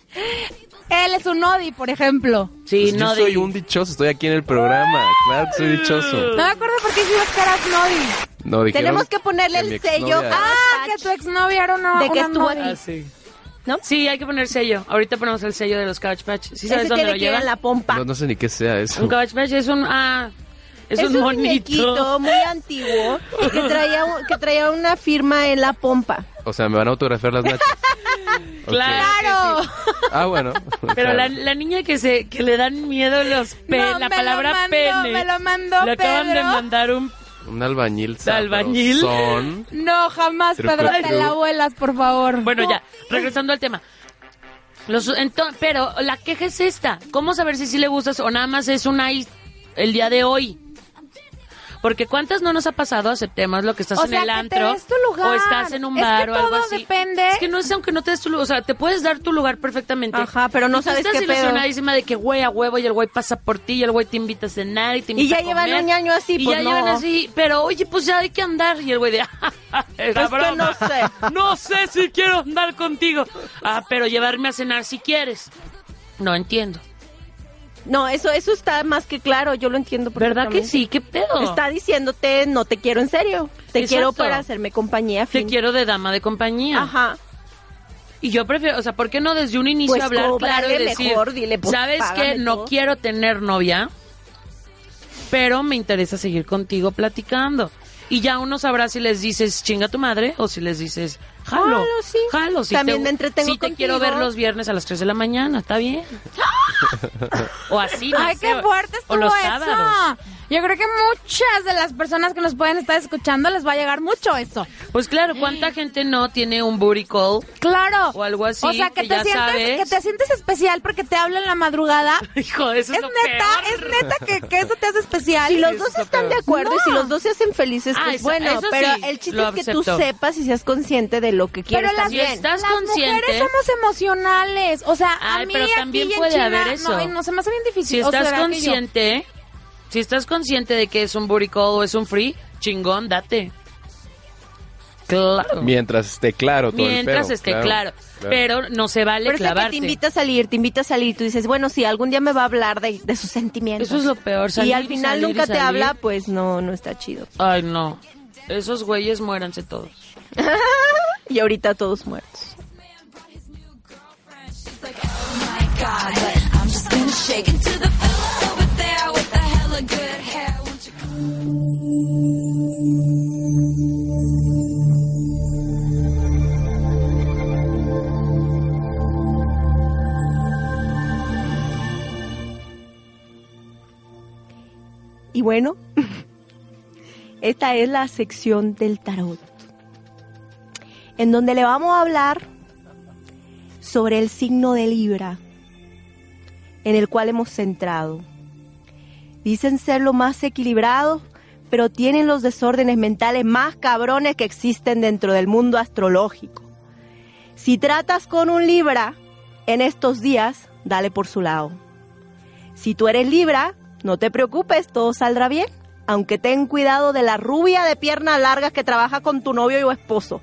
Speaker 1: él es un nodi, por ejemplo.
Speaker 3: Sí,
Speaker 13: Pues yo
Speaker 3: nodis.
Speaker 13: soy un dichoso, estoy aquí en el programa. Claro que soy dichoso.
Speaker 1: No me acuerdo por qué hicimos caras nodi.
Speaker 13: No, dijeron
Speaker 10: Tenemos que ponerle
Speaker 13: mi
Speaker 10: el sello.
Speaker 13: exnovia-
Speaker 1: Ah, que tu exnovia era una
Speaker 10: ¿De qué
Speaker 1: una
Speaker 10: estuvo
Speaker 1: nodi.
Speaker 10: aquí?
Speaker 3: Ah, sí.
Speaker 10: ¿No?
Speaker 3: Sí, hay que poner sello. Ahorita ponemos el sello de los Couch Patch. ¿Sí sabes
Speaker 10: Ese
Speaker 3: dónde
Speaker 10: tiene
Speaker 3: lo
Speaker 10: que ir
Speaker 3: llevan?
Speaker 10: en la pompa.
Speaker 13: No, no sé ni qué sea eso.
Speaker 3: Un Couch Patch es un... Ah, es, un, monito.
Speaker 10: muñequito muy antiguo que traía, un- que traía una firma en la pompa.
Speaker 13: O sea, me van a autografiar las nachas.
Speaker 3: [LAUGHS]
Speaker 13: Ok.
Speaker 3: [LAUGHS] Claro. que sí.
Speaker 13: Ah, bueno.
Speaker 3: [LAUGHS] Pero la,
Speaker 13: Claro.
Speaker 3: la niña que se que le dan miedo los pe-
Speaker 1: No,
Speaker 3: la
Speaker 1: me lo
Speaker 3: palabra
Speaker 1: mandó,
Speaker 3: pene.
Speaker 1: me lo mandó
Speaker 3: Le acaban de
Speaker 1: Pedro.
Speaker 3: mandar un
Speaker 13: Un albañil.
Speaker 3: albañil?
Speaker 13: sabrosón.
Speaker 1: No, jamás,
Speaker 13: Truco,
Speaker 1: Pedro, te
Speaker 13: truco.
Speaker 1: la vuelas, por favor.
Speaker 3: Bueno, ya, regresando al tema. Los, ento- pero la queja es esta. ¿Cómo saber si sí le gustas o nada más es un ay el día de hoy? Porque cuántas no nos ha pasado, aceptemos lo que estás
Speaker 1: O
Speaker 3: en
Speaker 1: sea,
Speaker 3: el
Speaker 1: que te
Speaker 3: antro
Speaker 1: des tu lugar.
Speaker 3: o estás en un
Speaker 1: Es que
Speaker 3: bar o algo
Speaker 1: todo
Speaker 3: así.
Speaker 1: depende.
Speaker 3: Es que no es aunque no te des tu lugar, o sea, te puedes dar tu lugar perfectamente.
Speaker 10: Ajá, pero no
Speaker 3: Y tú
Speaker 10: sabes
Speaker 3: estás
Speaker 10: qué pedo.
Speaker 3: ilusionadísima de que güey a huevo y el güey pasa por ti y el güey te invita a cenar y te invita
Speaker 10: ya
Speaker 3: a comer.
Speaker 10: llevan un año así,
Speaker 3: y
Speaker 10: pues
Speaker 3: ya
Speaker 10: no.
Speaker 3: llevan así, pero oye, pues ya hay que andar y el güey de [LAUGHS] "Ah,
Speaker 10: Pues que no sé.
Speaker 3: no sé si quiero andar contigo. Ah, pero llevarme a cenar si quieres. No entiendo.
Speaker 10: No, eso, eso está más que claro, yo lo entiendo.
Speaker 3: ¿Verdad que
Speaker 10: perfectamente.
Speaker 3: sí? ¿Qué pedo?
Speaker 10: Está diciéndote, no te quiero en serio. Te
Speaker 3: Exacto.
Speaker 10: quiero para hacerme compañía.
Speaker 3: Te
Speaker 10: fin.
Speaker 3: quiero de dama de compañía.
Speaker 10: Ajá.
Speaker 3: Y yo prefiero, o sea, ¿por qué no desde un inicio
Speaker 10: Pues
Speaker 3: hablar claro y
Speaker 10: cóbrale
Speaker 3: decir,
Speaker 10: mejor, dile, pues,
Speaker 3: sabes
Speaker 10: págame
Speaker 3: que no
Speaker 10: todo"?
Speaker 3: quiero tener novia, pero me interesa seguir contigo platicando. Y ya uno sabrá si les dices chinga tu madre o si les dices jalo.
Speaker 10: Jalo, sí.
Speaker 3: Jalo, si
Speaker 10: También
Speaker 3: te,
Speaker 10: me entretengo
Speaker 3: si te quiero ver
Speaker 10: contigo.
Speaker 3: los viernes a las 3 de la mañana, está bien. o así, no
Speaker 1: Ay,
Speaker 3: sé,
Speaker 1: qué
Speaker 3: o-
Speaker 1: fuerte
Speaker 3: o
Speaker 1: estuvo
Speaker 3: los
Speaker 1: eso.
Speaker 3: sábados.
Speaker 1: Yo creo que muchas de las personas que nos pueden estar escuchando les va a llegar mucho eso.
Speaker 3: Pues claro, ¿cuánta gente no tiene un booty call? [LAUGHS]
Speaker 1: Claro.
Speaker 3: O algo así. pues
Speaker 1: o sea, que, te
Speaker 3: ya
Speaker 1: sientes,
Speaker 3: sabes.
Speaker 1: que te sientes especial porque te habla en la madrugada.
Speaker 3: Hijo, eso
Speaker 1: es
Speaker 3: es lo
Speaker 1: neta, es neta que, que eso te hace especial.
Speaker 10: Si los dos están de acuerdo y si los dos se hacen felices,
Speaker 1: Ah,
Speaker 10: pues
Speaker 1: eso-
Speaker 10: bueno,
Speaker 1: eso
Speaker 10: pero
Speaker 1: sí,
Speaker 10: el chiste
Speaker 3: lo
Speaker 10: es que tú
Speaker 3: acepto.
Speaker 10: sepas y seas consciente de lo que quieres
Speaker 1: Pero las,
Speaker 10: también.
Speaker 3: estás
Speaker 1: las
Speaker 3: consciente-
Speaker 1: mujeres somos emocionales. O sea, a
Speaker 3: Ay,
Speaker 1: mí
Speaker 3: pero
Speaker 1: aquí
Speaker 3: también
Speaker 1: y en
Speaker 3: puede
Speaker 1: China,
Speaker 3: haber
Speaker 1: No,
Speaker 3: eso.
Speaker 1: ay, no, se me hace bien difícil.
Speaker 3: Si
Speaker 1: O sea,
Speaker 3: estás
Speaker 1: ¿verdad que yo?
Speaker 3: consciente, si estás consciente de que es un booty call o es un free, chingón, date. Claro.
Speaker 13: Mientras esté claro todo el
Speaker 3: Mientras
Speaker 13: pedo,
Speaker 3: esté claro, Pero no se vale
Speaker 10: Pero es que te
Speaker 3: clavarte.
Speaker 10: invita a salir, te invita a salir, tú dices, bueno, si algún día me va a hablar de, de sus sentimientos.
Speaker 3: Eso es lo peor, salir,
Speaker 10: y al final
Speaker 3: salir,
Speaker 10: nunca te
Speaker 3: salir.
Speaker 10: habla, pues no, no está chido.
Speaker 3: Ay, no. Esos güeyes muéranse todos.
Speaker 10: [LAUGHS] y ahorita todos muertos.
Speaker 2: God, but I'm just gonna shake it to the fella over there with the hella good hair. Won't you
Speaker 10: Y bueno, [LAUGHS] esta es la sección del tarot, en donde le vamos a hablar sobre el signo de Libra, en el cual hemos centrado. Dicen ser lo más equilibrados, pero tienen los desórdenes mentales más cabrones que existen dentro del mundo astrológico. Si tratas con un Libra en estos días, dale por su lado. Si tú eres Libra, no te preocupes, todo saldrá bien. Aunque ten cuidado de la rubia de piernas largas que trabaja con tu novio o esposo.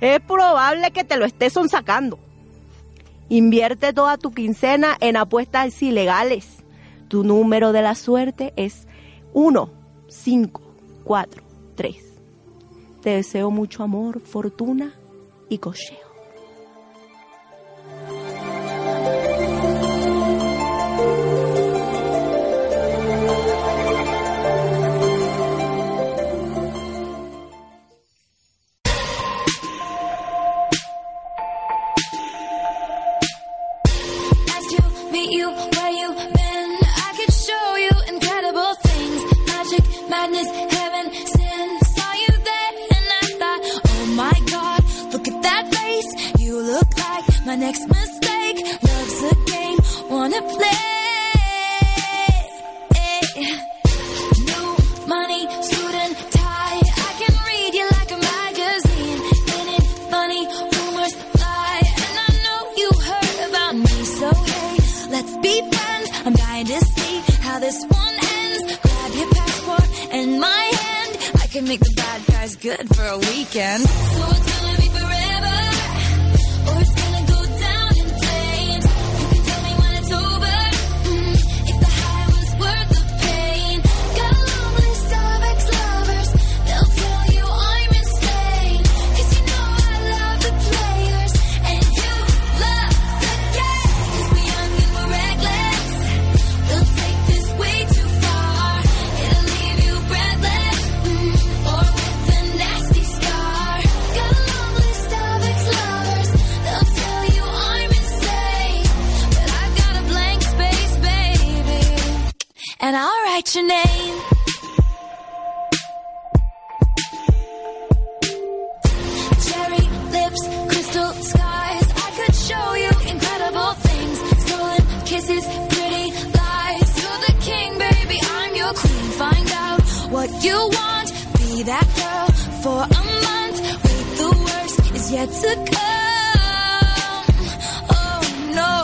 Speaker 10: Es probable que te lo estés sacando. Invierte toda tu quincena en apuestas ilegales. Tu número de la suerte es 1, 5, 4, 3. Te deseo mucho amor, fortuna y cocheo.
Speaker 2: Ask you, meet you, where you been. I could show you incredible things. Magic, madness, heaven, sin. Saw you there and I thought, oh my god, look at that face. You look like my next mistake. Love's a game, wanna play. New money, suit and tie. I can read you like a magazine. In it, funny rumors lie, and I know you heard about me. So hey, let's be friends. I'm dying to see how this one ends. Grab your passport and my hand. I can make the bad guys good for a weekend. So it's gonna be forever, or it's gonna go down in flames. You can tell me when it's over. Mm, if the high was worth the pain. Got a long list of ex-lovers. They'll tell you I'm insane. 'Cause you know I love the players. And you love the game. 'Cause we young and we're reckless. We'll take this way too far. It'll leave you breathless. Mm, or with a nasty scar. Got a long list of ex-lovers. They'll tell you I'm insane. But I've got a blank space, baby and I'll write your name. Cherry lips, crystal skies. I could show you incredible things. Stolen kisses, pretty lies. You're the king, baby. I'm your queen. Find out what you want. Be that girl for a month. Wait, the worst is yet to come. Oh no.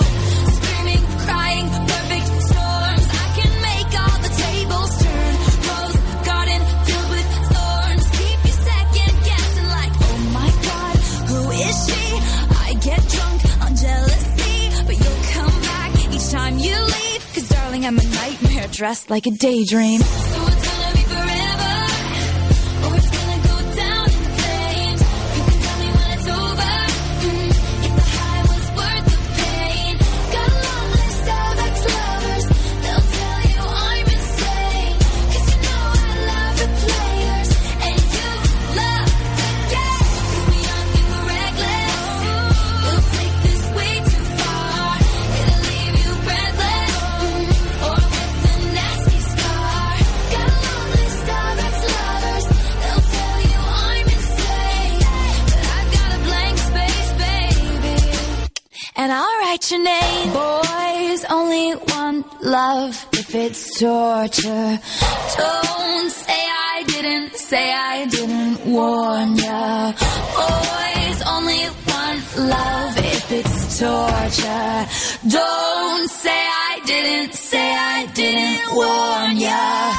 Speaker 2: Screaming, crying, perfect storms. I can make all the tables turn. Rose garden filled with thorns. Keep you second guessing like, oh my god, who is she? I get drunk on jealousy, but you'll come back each time you leave. Cause darling, I'm a nightmare dressed like a daydream. So it's gonna be forever, or it's gonna go down in flames. You can tell me when it's over. Mm, if the high was worth the pain. Got a long list of ex-lovers. They'll tell you I'm insane. 'Cause you know I love the players, and you love the game. 'Cause we young and we're reckless. We'll take this way too far. It'll leave you breathless, mm, or with a nasty scar. Got a write your name. Boys only want love if it's torture. Don't say I didn't, say I didn't warn ya. Boys only want love if it's torture. Don't say I didn't, say I didn't warn ya.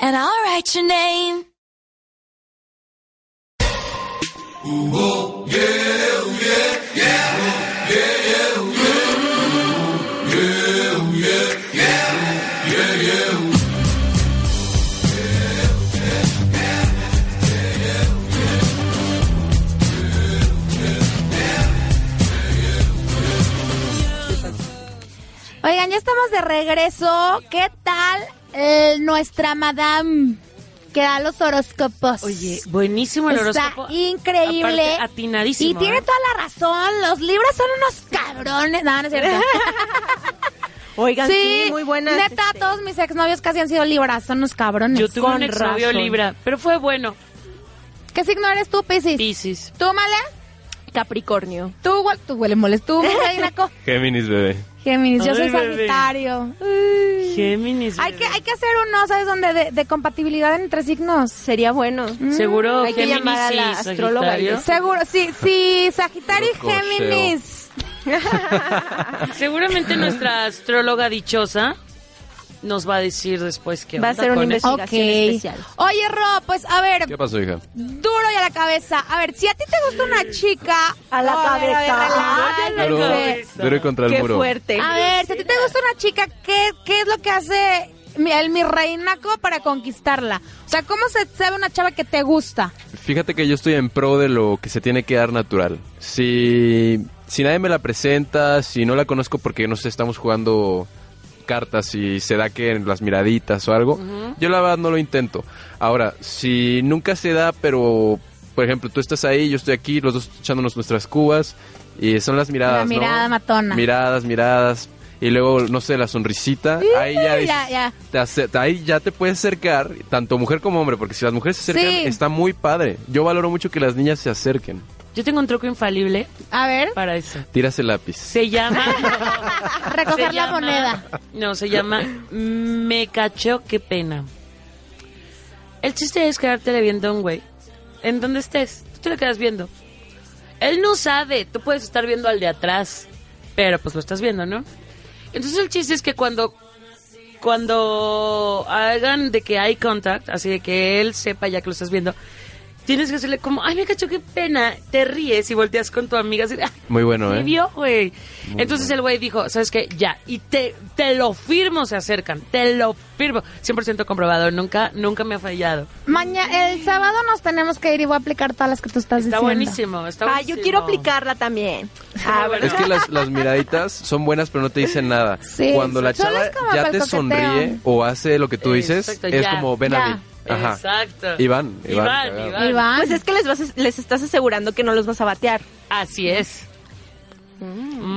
Speaker 2: And I'll write your name.
Speaker 1: Oigan, ya estamos de regreso. ¿Qué tal eh, nuestra madame que da los horóscopos? Oye,
Speaker 3: Buenísimo el horóscopo.
Speaker 1: Está increíble.
Speaker 3: Aparte, atinadísimo,
Speaker 1: Y tiene
Speaker 3: ¿eh?
Speaker 1: toda la razón. Los libros son unos cabrones. No, no es cierto.
Speaker 3: [LAUGHS]
Speaker 10: Oigan, sí, muy buenas,
Speaker 1: Neta, todos mis exnovios casi han sido libras. Son unos cabrones.
Speaker 3: Yo tuve un exnovio Libra, pero fue bueno.
Speaker 1: ¿Qué signo eres tú, Piscis?
Speaker 3: Piscis.
Speaker 1: ¿Tú, Male?
Speaker 10: Capricornio.
Speaker 1: Tú, Wal- tú huele moles. Tú, Reinaco.
Speaker 13: Géminis, bebé.
Speaker 1: Géminis, yo
Speaker 3: Ay,
Speaker 1: soy
Speaker 3: bebé.
Speaker 1: Sagitario.
Speaker 3: Géminis.
Speaker 1: Hay que, hay que hacer uno, ¿sabes dónde? De, de compatibilidad entre signos.
Speaker 10: Sería bueno.
Speaker 3: Seguro
Speaker 10: Hay que
Speaker 3: Géminis
Speaker 10: llamar a la
Speaker 3: y
Speaker 10: astróloga y
Speaker 3: Sagitario.
Speaker 1: Seguro, sí, sí, Sagitario y
Speaker 3: Puro cocheo.
Speaker 1: Géminis.
Speaker 3: Seguramente nuestra astróloga dichosa nos va a decir después qué onda con eso.
Speaker 1: Oye, Ro, pues a ver,
Speaker 13: ¿Qué pasó, hija?
Speaker 1: duro y a la cabeza. A ver, si a ti te gusta una chica... A
Speaker 10: la
Speaker 1: ver, a ver,
Speaker 10: cabeza.
Speaker 1: relájense.
Speaker 13: Duro, duro y contra el muro.
Speaker 1: A
Speaker 10: Ah,
Speaker 1: ver, si a ti te gusta una chica, ¿qué, qué es lo que hace mi- el mi reinaco para conquistarla? O sea, ¿cómo se sabe una chava que te gusta?
Speaker 13: Fíjate que yo estoy en pro de lo que se tiene que dar natural. Si, si nadie me la presenta, si no la conozco porque no sé, estamos jugando cartas y se da que en las miraditas o algo, yo la verdad no lo intento. Ahora, si nunca se da, pero por ejemplo, tú estás ahí, yo estoy aquí, los dos echándonos nuestras cubas y son las miradas,
Speaker 1: Una
Speaker 13: ¿no?
Speaker 1: mirada matona.
Speaker 13: Miradas, miradas y luego no sé, la sonrisita, ahí ya dices,
Speaker 1: ya, ya.
Speaker 13: te ace- ahí ya te puedes acercar, tanto mujer como hombre, porque si las mujeres se acercan,
Speaker 1: Sí.
Speaker 13: está muy padre. Yo valoro mucho que las niñas se acerquen.
Speaker 3: Yo tengo un truco infalible
Speaker 1: A ver,
Speaker 3: para eso.
Speaker 13: Tiras el lápiz.
Speaker 3: Se llama,
Speaker 1: recoger la
Speaker 3: Se llama-
Speaker 1: moneda.
Speaker 3: no, se llama Me cachó, qué pena. El chiste es quedártele viendo a un güey. En donde estés, tú te lo quedas viendo. Él no sabe, tú puedes estar viendo al de atrás, pero pues lo estás viendo, ¿no? Entonces el chiste es que cuando cuando hagan de que hay contact, así de que él sepa ya que lo estás viendo, tienes que hacerle como, ay, me cachó, qué pena, te ríes y volteas con tu amiga así, de, "Ah,
Speaker 13: Muy bueno,
Speaker 3: me
Speaker 13: ¿eh?
Speaker 3: vio, güey.
Speaker 13: Muy
Speaker 3: Entonces el güey dijo, ¿sabes qué? Ya, y te, te lo firmo, se acercan, te lo firmo. 100% comprobado, nunca, nunca me ha fallado.
Speaker 1: Mañana, el sábado nos tenemos que ir y voy a aplicar todas las que tú estás
Speaker 3: Está
Speaker 1: diciendo.
Speaker 3: buenísimo, está
Speaker 10: Ah,
Speaker 3: buenísimo.
Speaker 10: yo quiero aplicarla también. Ah,
Speaker 13: Es que las, las miraditas son buenas, pero no te dicen nada.
Speaker 10: Sí,
Speaker 13: Cuando la
Speaker 10: son- son
Speaker 13: chava
Speaker 10: las como
Speaker 13: ya
Speaker 10: para el
Speaker 13: te
Speaker 10: coqueteo.
Speaker 13: sonríe o hace lo que tú dices,
Speaker 10: Exacto,
Speaker 13: es
Speaker 10: ya,
Speaker 13: como, ven
Speaker 10: ya.
Speaker 13: a mí. Ajá.
Speaker 3: Exacto.
Speaker 13: Iván, Iván. cagado.
Speaker 10: Pues es que les, vas a- les estás asegurando que no los vas a batear.
Speaker 3: Así es.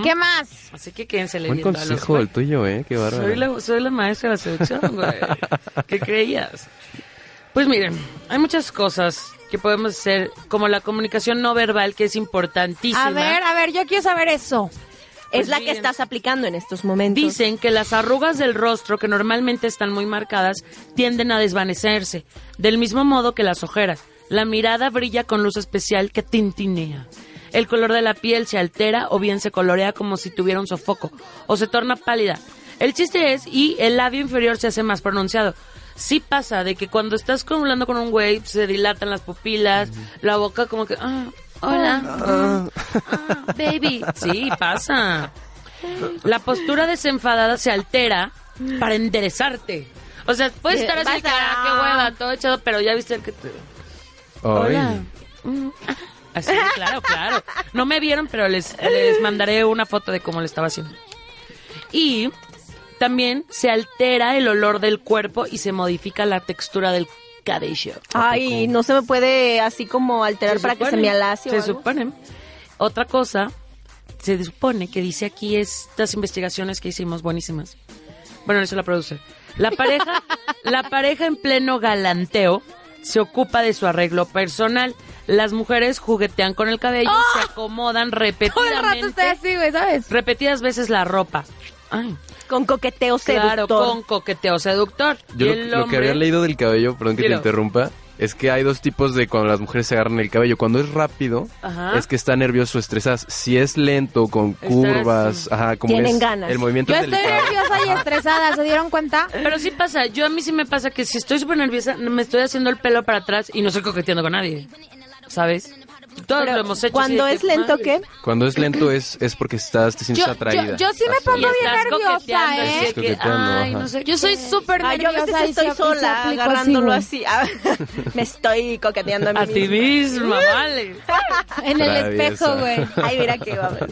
Speaker 1: ¿Qué más?
Speaker 3: Así que quédense
Speaker 13: Buen
Speaker 3: leyendo a los-
Speaker 13: consejo el tuyo, ¿eh? Qué bárbaro.
Speaker 3: Soy la, soy la maestra de la selección, güey. ¿Qué creías? Pues miren, hay muchas cosas que podemos hacer, como la comunicación no verbal, que es importantísima.
Speaker 1: A ver, a ver, yo quiero saber eso.
Speaker 10: Pues
Speaker 3: Es la que estás
Speaker 10: aplicando en estos momentos.
Speaker 3: Dicen que las arrugas del rostro, que normalmente están muy marcadas, tienden a desvanecerse, del mismo modo que las ojeras. La mirada brilla con luz especial que tintinea. El color de la piel se altera o bien se colorea como si tuviera un sofoco o se torna pálida. El chiste es, y el labio inferior se hace más pronunciado. Sí pasa de que cuando estás con- hablando con un güey se dilatan las pupilas, la boca como que, ah, hola, ah, baby. Sí, pasa. La postura desenfadada se altera para enderezarte. O sea, puedes
Speaker 1: Eh,
Speaker 3: estar así,
Speaker 1: basta.
Speaker 3: "Ah, qué hueva, todo echado, pero ya viste el que te... Hola. Mm, ah. Así, claro, claro. No me vieron, pero les, les mandaré una foto de cómo lo estaba haciendo. Y también se altera el olor del cuerpo y se modifica la textura del cabello.
Speaker 10: Ay, no se me puede así como alterar para que se me alace. o
Speaker 3: Se
Speaker 10: algo.
Speaker 3: supone. Otra cosa, se supone que dice aquí estas investigaciones que hicimos, buenísimas. Bueno, eso la produce. La
Speaker 10: [LAUGHS]
Speaker 3: pareja, la pareja en pleno galanteo se ocupa de su arreglo personal. Las mujeres juguetean con el cabello,
Speaker 10: ¡Oh!
Speaker 3: y se acomodan
Speaker 1: Todo el rato
Speaker 3: repetidamente,
Speaker 1: estoy así, güey, ¿sabes?
Speaker 3: repetidas veces la ropa.
Speaker 10: Con coqueteo
Speaker 3: Claro,
Speaker 10: seductor.
Speaker 3: con coqueteo seductor.
Speaker 13: Yo
Speaker 3: Y
Speaker 13: lo,
Speaker 3: el
Speaker 13: lo que
Speaker 3: hombre-
Speaker 13: había leído del cabello, perdón que
Speaker 3: Dilo.
Speaker 13: te interrumpa, es que hay dos tipos de cuando las mujeres se agarran el cabello. Cuando es rápido,
Speaker 3: Ajá.
Speaker 13: es que está nervioso, estresadas. Si es lento, con curvas, ajá, como
Speaker 10: Tienen
Speaker 13: es
Speaker 10: ganas.
Speaker 13: el movimiento
Speaker 1: Yo
Speaker 13: es
Speaker 1: estoy
Speaker 13: delicado.
Speaker 1: nerviosa y estresada, ¿se dieron cuenta?
Speaker 3: Pero sí pasa, yo a mí sí me pasa que si estoy súper nerviosa, me estoy haciendo el pelo para atrás y no estoy coqueteando con nadie. ¿Sabes? Todos
Speaker 10: Pero
Speaker 3: lo hemos hecho.
Speaker 10: Cuando
Speaker 3: así de
Speaker 10: es
Speaker 3: que,
Speaker 10: lento,
Speaker 3: madre.
Speaker 10: ¿qué?
Speaker 13: Cuando es lento es, es porque estás, te sientes
Speaker 1: Yo-
Speaker 13: atraída.
Speaker 1: yo- yo sí me
Speaker 13: Así
Speaker 1: pongo
Speaker 13: es.
Speaker 1: bien
Speaker 3: Estás
Speaker 1: nerviosa,
Speaker 3: coqueteando, así
Speaker 1: ¿eh?
Speaker 3: de que,
Speaker 13: Coqueteando,
Speaker 3: ay,
Speaker 13: ajá.
Speaker 3: no sé.
Speaker 1: Yo soy súper
Speaker 10: Ay, yo a
Speaker 1: nerviosa.
Speaker 10: veces
Speaker 1: y
Speaker 10: estoy
Speaker 1: se- y se
Speaker 10: sola
Speaker 1: aplico
Speaker 10: agarrándolo
Speaker 1: güey.
Speaker 10: así. [LAUGHS] me estoy coqueteando a mí
Speaker 3: A ti misma, vale.
Speaker 1: [LAUGHS] En el
Speaker 3: Traviesa.
Speaker 1: espejo, güey.
Speaker 10: Ay, mira qué guapa.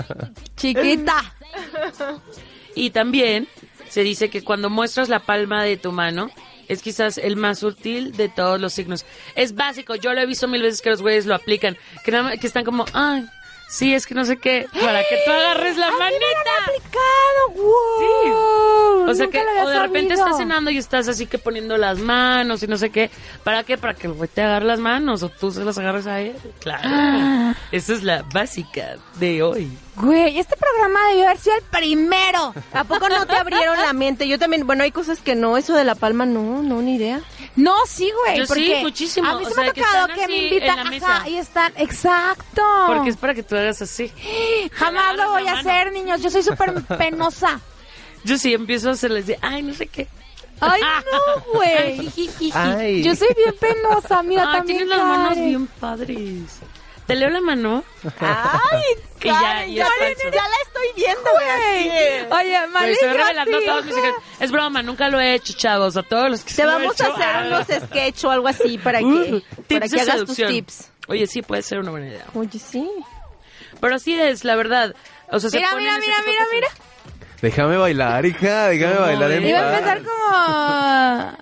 Speaker 1: Chiquita.
Speaker 3: Y también se dice que cuando muestras la palma de tu mano, es quizás el más sutil de todos los signos. Es básico, yo lo he visto mil veces que los güeyes lo aplican. Que, nada más- que están como, ay, sí, es que no sé qué, para que tú agarres la manita.
Speaker 1: aplicado, wow.
Speaker 3: O sea
Speaker 1: Pues Nunca
Speaker 3: que,
Speaker 1: lo había
Speaker 3: o de repente
Speaker 1: sabido.
Speaker 3: estás cenando y estás así que poniendo las manos y no sé qué. ¿Para qué? Para que el güey te agarre las manos o tú se las agarres a él.
Speaker 1: Ah.
Speaker 3: Claro. Esa es la básica de hoy.
Speaker 1: Güey, este programa debió haber sido el primero.
Speaker 10: ¿A poco no te abrieron la mente? Yo también, bueno, hay cosas que no, eso de la palma, no, no, ni idea.
Speaker 1: No, sí, güey.
Speaker 3: Yo sí,
Speaker 1: porque
Speaker 3: muchísimo,
Speaker 1: A mí se
Speaker 3: o
Speaker 1: me ha
Speaker 3: sea, que
Speaker 1: tocado que,
Speaker 3: están
Speaker 1: me
Speaker 3: así
Speaker 1: invitan.
Speaker 3: en la
Speaker 1: Ajá,
Speaker 3: mesa.
Speaker 1: ahí están. Exacto.
Speaker 3: Porque es para que tú hagas así.
Speaker 1: Jamás lo voy a
Speaker 3: mano.
Speaker 1: hacer, niños. Yo soy súper
Speaker 3: [LAUGHS]
Speaker 1: penosa.
Speaker 3: Yo sí empiezo a hacerles de, ay, no sé qué.
Speaker 1: Ay, no, güey.
Speaker 3: Ay.
Speaker 1: Yo soy bien penosa. Mira,
Speaker 3: Ah,
Speaker 1: también.
Speaker 3: tienes las manos
Speaker 1: Karen.
Speaker 3: bien padres. Te leo la mano. [LAUGHS]
Speaker 10: Ay,
Speaker 3: Que ya-
Speaker 10: Karen,
Speaker 3: ya
Speaker 10: ya,
Speaker 3: está
Speaker 10: la-
Speaker 3: hecho.
Speaker 10: ya la estoy viendo, güey. así
Speaker 1: Oye,
Speaker 10: es.
Speaker 3: Güey, estoy
Speaker 1: Malika,
Speaker 3: revelando
Speaker 1: sí,
Speaker 3: todos mis secretos. Es broma, nunca lo he hecho, chavos. A todos los que sí
Speaker 10: Te
Speaker 3: lo he
Speaker 10: vamos a
Speaker 3: hecho, ah.
Speaker 10: hacer unos sketch o algo así para que, para
Speaker 3: Mm, Tips
Speaker 10: que
Speaker 3: de
Speaker 10: hagas tus
Speaker 3: seducción.
Speaker 10: tips.
Speaker 3: Oye, sí, puede ser una buena idea.
Speaker 10: Oye, sí.
Speaker 3: Pero así es, la verdad. O sea, se
Speaker 1: Mira,
Speaker 3: ponen
Speaker 1: mira,
Speaker 3: ese
Speaker 1: mira,
Speaker 3: tipo
Speaker 1: mira,
Speaker 3: de
Speaker 1: mira.
Speaker 13: [LAUGHS] Déjame bailar, hija, déjame bailar en
Speaker 1: Iba a
Speaker 13: paz.
Speaker 1: empezar como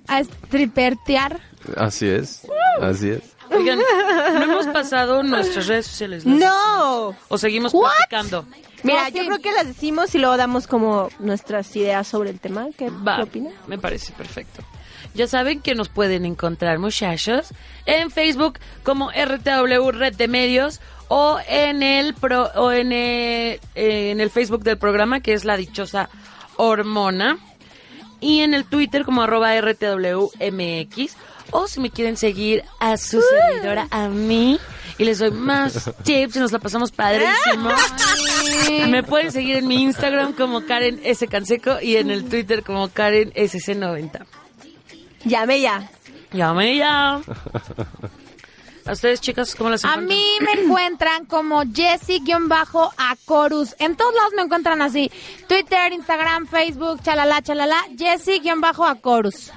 Speaker 1: a estripertear.
Speaker 13: Así es, así es.
Speaker 3: cosas. Oigan, no hemos pasado nuestras redes sociales. ¿no?
Speaker 10: [LAUGHS] No.
Speaker 3: O seguimos
Speaker 10: What?
Speaker 3: platicando.
Speaker 1: No,
Speaker 10: Mira, yo
Speaker 1: sí.
Speaker 10: creo que las decimos y luego damos como nuestras ideas sobre el tema. ¿Qué,
Speaker 3: Va,
Speaker 10: qué opinas?
Speaker 3: me parece perfecto. Ya saben que nos pueden encontrar, muchachos, en Facebook como RTW Red de Medios o en el pro, o en el, en el Facebook del programa que es la dichosa hormona y en el Twitter como arroba RTWMX o si me quieren seguir a su seguidora a mí y les doy más tips y nos la pasamos padrísimo. Me pueden seguir en mi Instagram como Karen S. Canseco y en el Twitter como Karen SC90.
Speaker 10: Llame ya.
Speaker 3: Llame ya. A ustedes, chicas, ¿cómo las
Speaker 1: A
Speaker 3: encuentran?
Speaker 1: mí me encuentran como Jessy-Acorus. En todos lados me encuentran así. Twitter, Instagram, Facebook, chalala, chalala. Jessy-Acorus.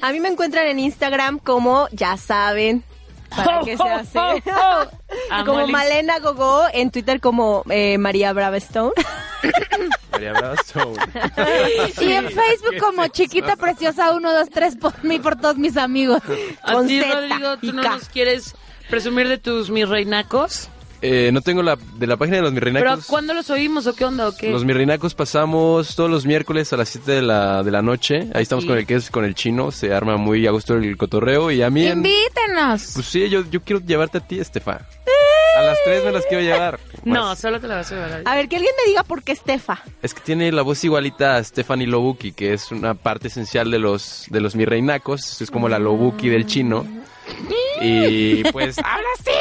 Speaker 10: A mí me encuentran en Instagram como, ya saben, para que sea así. como
Speaker 3: Amolis.
Speaker 10: Malena Gogó, en Twitter como eh, María Brava Stone.
Speaker 13: María Brazo.
Speaker 1: Y en Facebook como Chiquita Preciosa 123 por mí, por todos mis amigos.
Speaker 3: A
Speaker 10: con
Speaker 3: ti,
Speaker 10: Z
Speaker 3: Rodrigo, ¿tú
Speaker 10: y
Speaker 3: no
Speaker 10: K.
Speaker 3: nos quieres presumir de tus mis reinacos?
Speaker 13: Eh, no tengo la de la página de los
Speaker 3: ¿Pero
Speaker 13: mirrinacos.
Speaker 3: cuándo los oímos o qué onda o qué?
Speaker 13: Los mirrinacos pasamos todos los miércoles a las 7 de la, de la noche. Ahí estamos
Speaker 3: Sí.
Speaker 13: con el que es con el chino. Se arma muy a gusto el cotorreo. Y a mí. en-
Speaker 1: Invítenos.
Speaker 13: Pues sí, yo, yo quiero llevarte a ti, Estefa. A las 3 me las quiero llevar.
Speaker 3: Eh. [LAUGHS] No,
Speaker 13: Más.
Speaker 3: solo te la vas a llevar.
Speaker 1: Ah,
Speaker 10: A ver, que alguien me diga por qué Estefa.
Speaker 13: Es que tiene la voz igualita a Stephanie Lobuki, que es una parte esencial de los, de los mirreinacos. Es como la Lobuki del chino. Y pues.
Speaker 3: [LAUGHS]
Speaker 1: ¡Habla así, güey!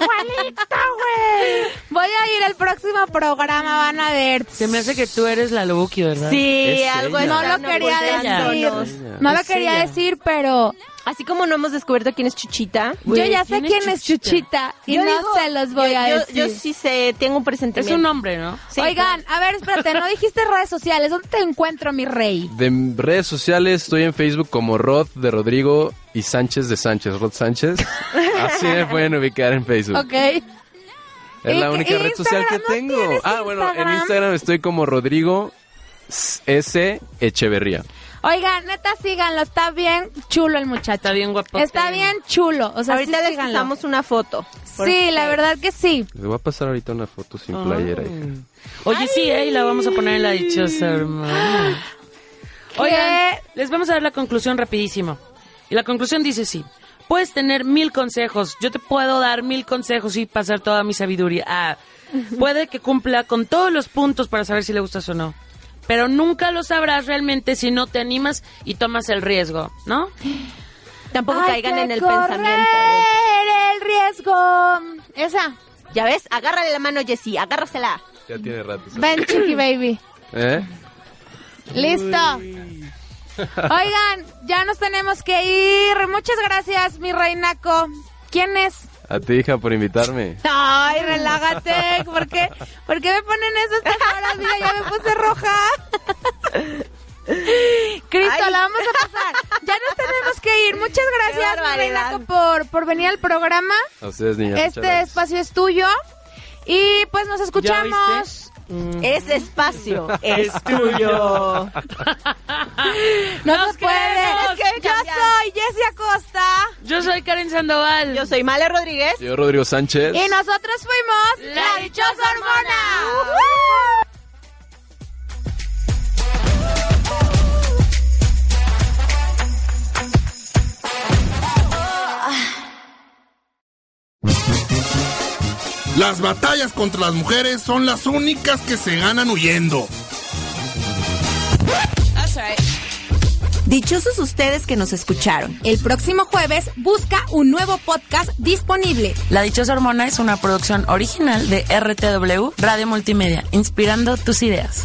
Speaker 1: ¡Igualito, güey! Voy voy a ir al próximo programa, van a ver.
Speaker 3: Se me hace que tú eres la Lubuki, ¿verdad?
Speaker 10: Sí, Es algo ella.
Speaker 1: No
Speaker 10: está,
Speaker 1: lo
Speaker 10: no
Speaker 1: quería
Speaker 10: voltea,
Speaker 1: decir.
Speaker 10: no, no. Es ella.
Speaker 1: No lo
Speaker 10: Es
Speaker 1: quería
Speaker 10: ella.
Speaker 1: decir, pero
Speaker 10: Así como no hemos descubierto quién es Chuchita.
Speaker 1: yo ya sé quién es Chuchita y
Speaker 10: Yo
Speaker 1: no
Speaker 10: digo-
Speaker 1: se los voy
Speaker 10: yo-
Speaker 1: a
Speaker 10: yo-
Speaker 1: decir.
Speaker 10: yo sí sé, tengo un presentimiento.
Speaker 3: Es un hombre, ¿no?
Speaker 1: Oigan, a ver, espérate, no dijiste redes sociales. ¿Dónde te encuentro, mi rey?
Speaker 13: De redes sociales estoy en Facebook como Rod de Rodrigo y Sánchez de Sánchez. Rod Sánchez.
Speaker 3: [LAUGHS]
Speaker 13: Así me pueden ubicar en Facebook.
Speaker 1: Ok.
Speaker 13: Es
Speaker 1: ¿Y
Speaker 13: la
Speaker 1: qué-
Speaker 13: única
Speaker 1: y
Speaker 13: red social que
Speaker 1: Instagram? ¿No
Speaker 13: tengo.
Speaker 1: tienes
Speaker 13: Ah, bueno, en
Speaker 1: Instagram?
Speaker 13: Instagram estoy como Rodrigo S. Echeverría.
Speaker 1: Oigan, neta, síganlo. Está bien chulo el muchacho. Está
Speaker 3: bien guapo.
Speaker 1: Está bien chulo. O sea,
Speaker 10: Ahorita
Speaker 1: sí,
Speaker 10: les
Speaker 1: síganlo.
Speaker 10: pasamos una foto.
Speaker 1: Sí, la verdad que sí.
Speaker 13: Les voy a pasar ahorita una foto
Speaker 1: Ah.
Speaker 13: sin playera, hija.
Speaker 3: Oye, sí, ¿eh? Y la vamos a poner en la dichosa hermana. Oigan, les vamos a dar la conclusión rapidísimo. Y la conclusión dice sí. Puedes tener mil consejos. Yo te puedo dar mil consejos y pasar toda mi sabiduría. Ah, puede que cumpla con todos los puntos para saber si le gustas o no. Pero nunca lo sabrás realmente si no te animas y tomas el riesgo, ¿no?
Speaker 10: Tampoco
Speaker 1: Hay
Speaker 10: caigan
Speaker 1: que
Speaker 10: en el
Speaker 1: correr
Speaker 10: pensamiento.
Speaker 1: el riesgo. Esa.
Speaker 10: Ya ves, agárrale la mano, Jessie, agárrasela.
Speaker 13: Ya tiene rato. [CLEARS THROAT]
Speaker 1: Ven, chiqui baby.
Speaker 13: ¿Eh?
Speaker 1: Listo. Oigan, ya nos tenemos que ir. Muchas gracias, mi reinaco. ¿Quién es?
Speaker 13: A ti, hija, por invitarme.
Speaker 1: Ay, relájate. ¿Por qué, ¿Por qué me ponen eso a estas horas? Mira, ya me puse roja. Cristo,
Speaker 10: Ay.
Speaker 1: la vamos a pasar. Ya nos tenemos que ir. Muchas
Speaker 10: Qué
Speaker 1: gracias, mi
Speaker 10: barbaridad.
Speaker 1: reinaco, por, por venir al programa.
Speaker 13: A ustedes, niñas. muchas
Speaker 1: Este
Speaker 13: gracias.
Speaker 1: espacio es tuyo. Y pues nos escuchamos.
Speaker 10: Ese Mm. espacio [LAUGHS] es tuyo.
Speaker 1: No se puede.
Speaker 10: queremos
Speaker 1: Yo
Speaker 10: cambiar.
Speaker 1: soy Jessie Acosta.
Speaker 3: Yo soy Karen Sandoval.
Speaker 10: Yo soy Male Rodríguez.
Speaker 13: Yo, Rodrigo Sánchez.
Speaker 1: Y nosotros fuimos La Dichosa Hormona.
Speaker 8: Las batallas contra las mujeres son las únicas que se ganan huyendo.
Speaker 11: Dichosos ustedes que nos escucharon.
Speaker 16: El próximo jueves busca un nuevo podcast disponible.
Speaker 3: La Dichosa Hormona es una producción original de RTW Radio Multimedia, inspirando tus ideas.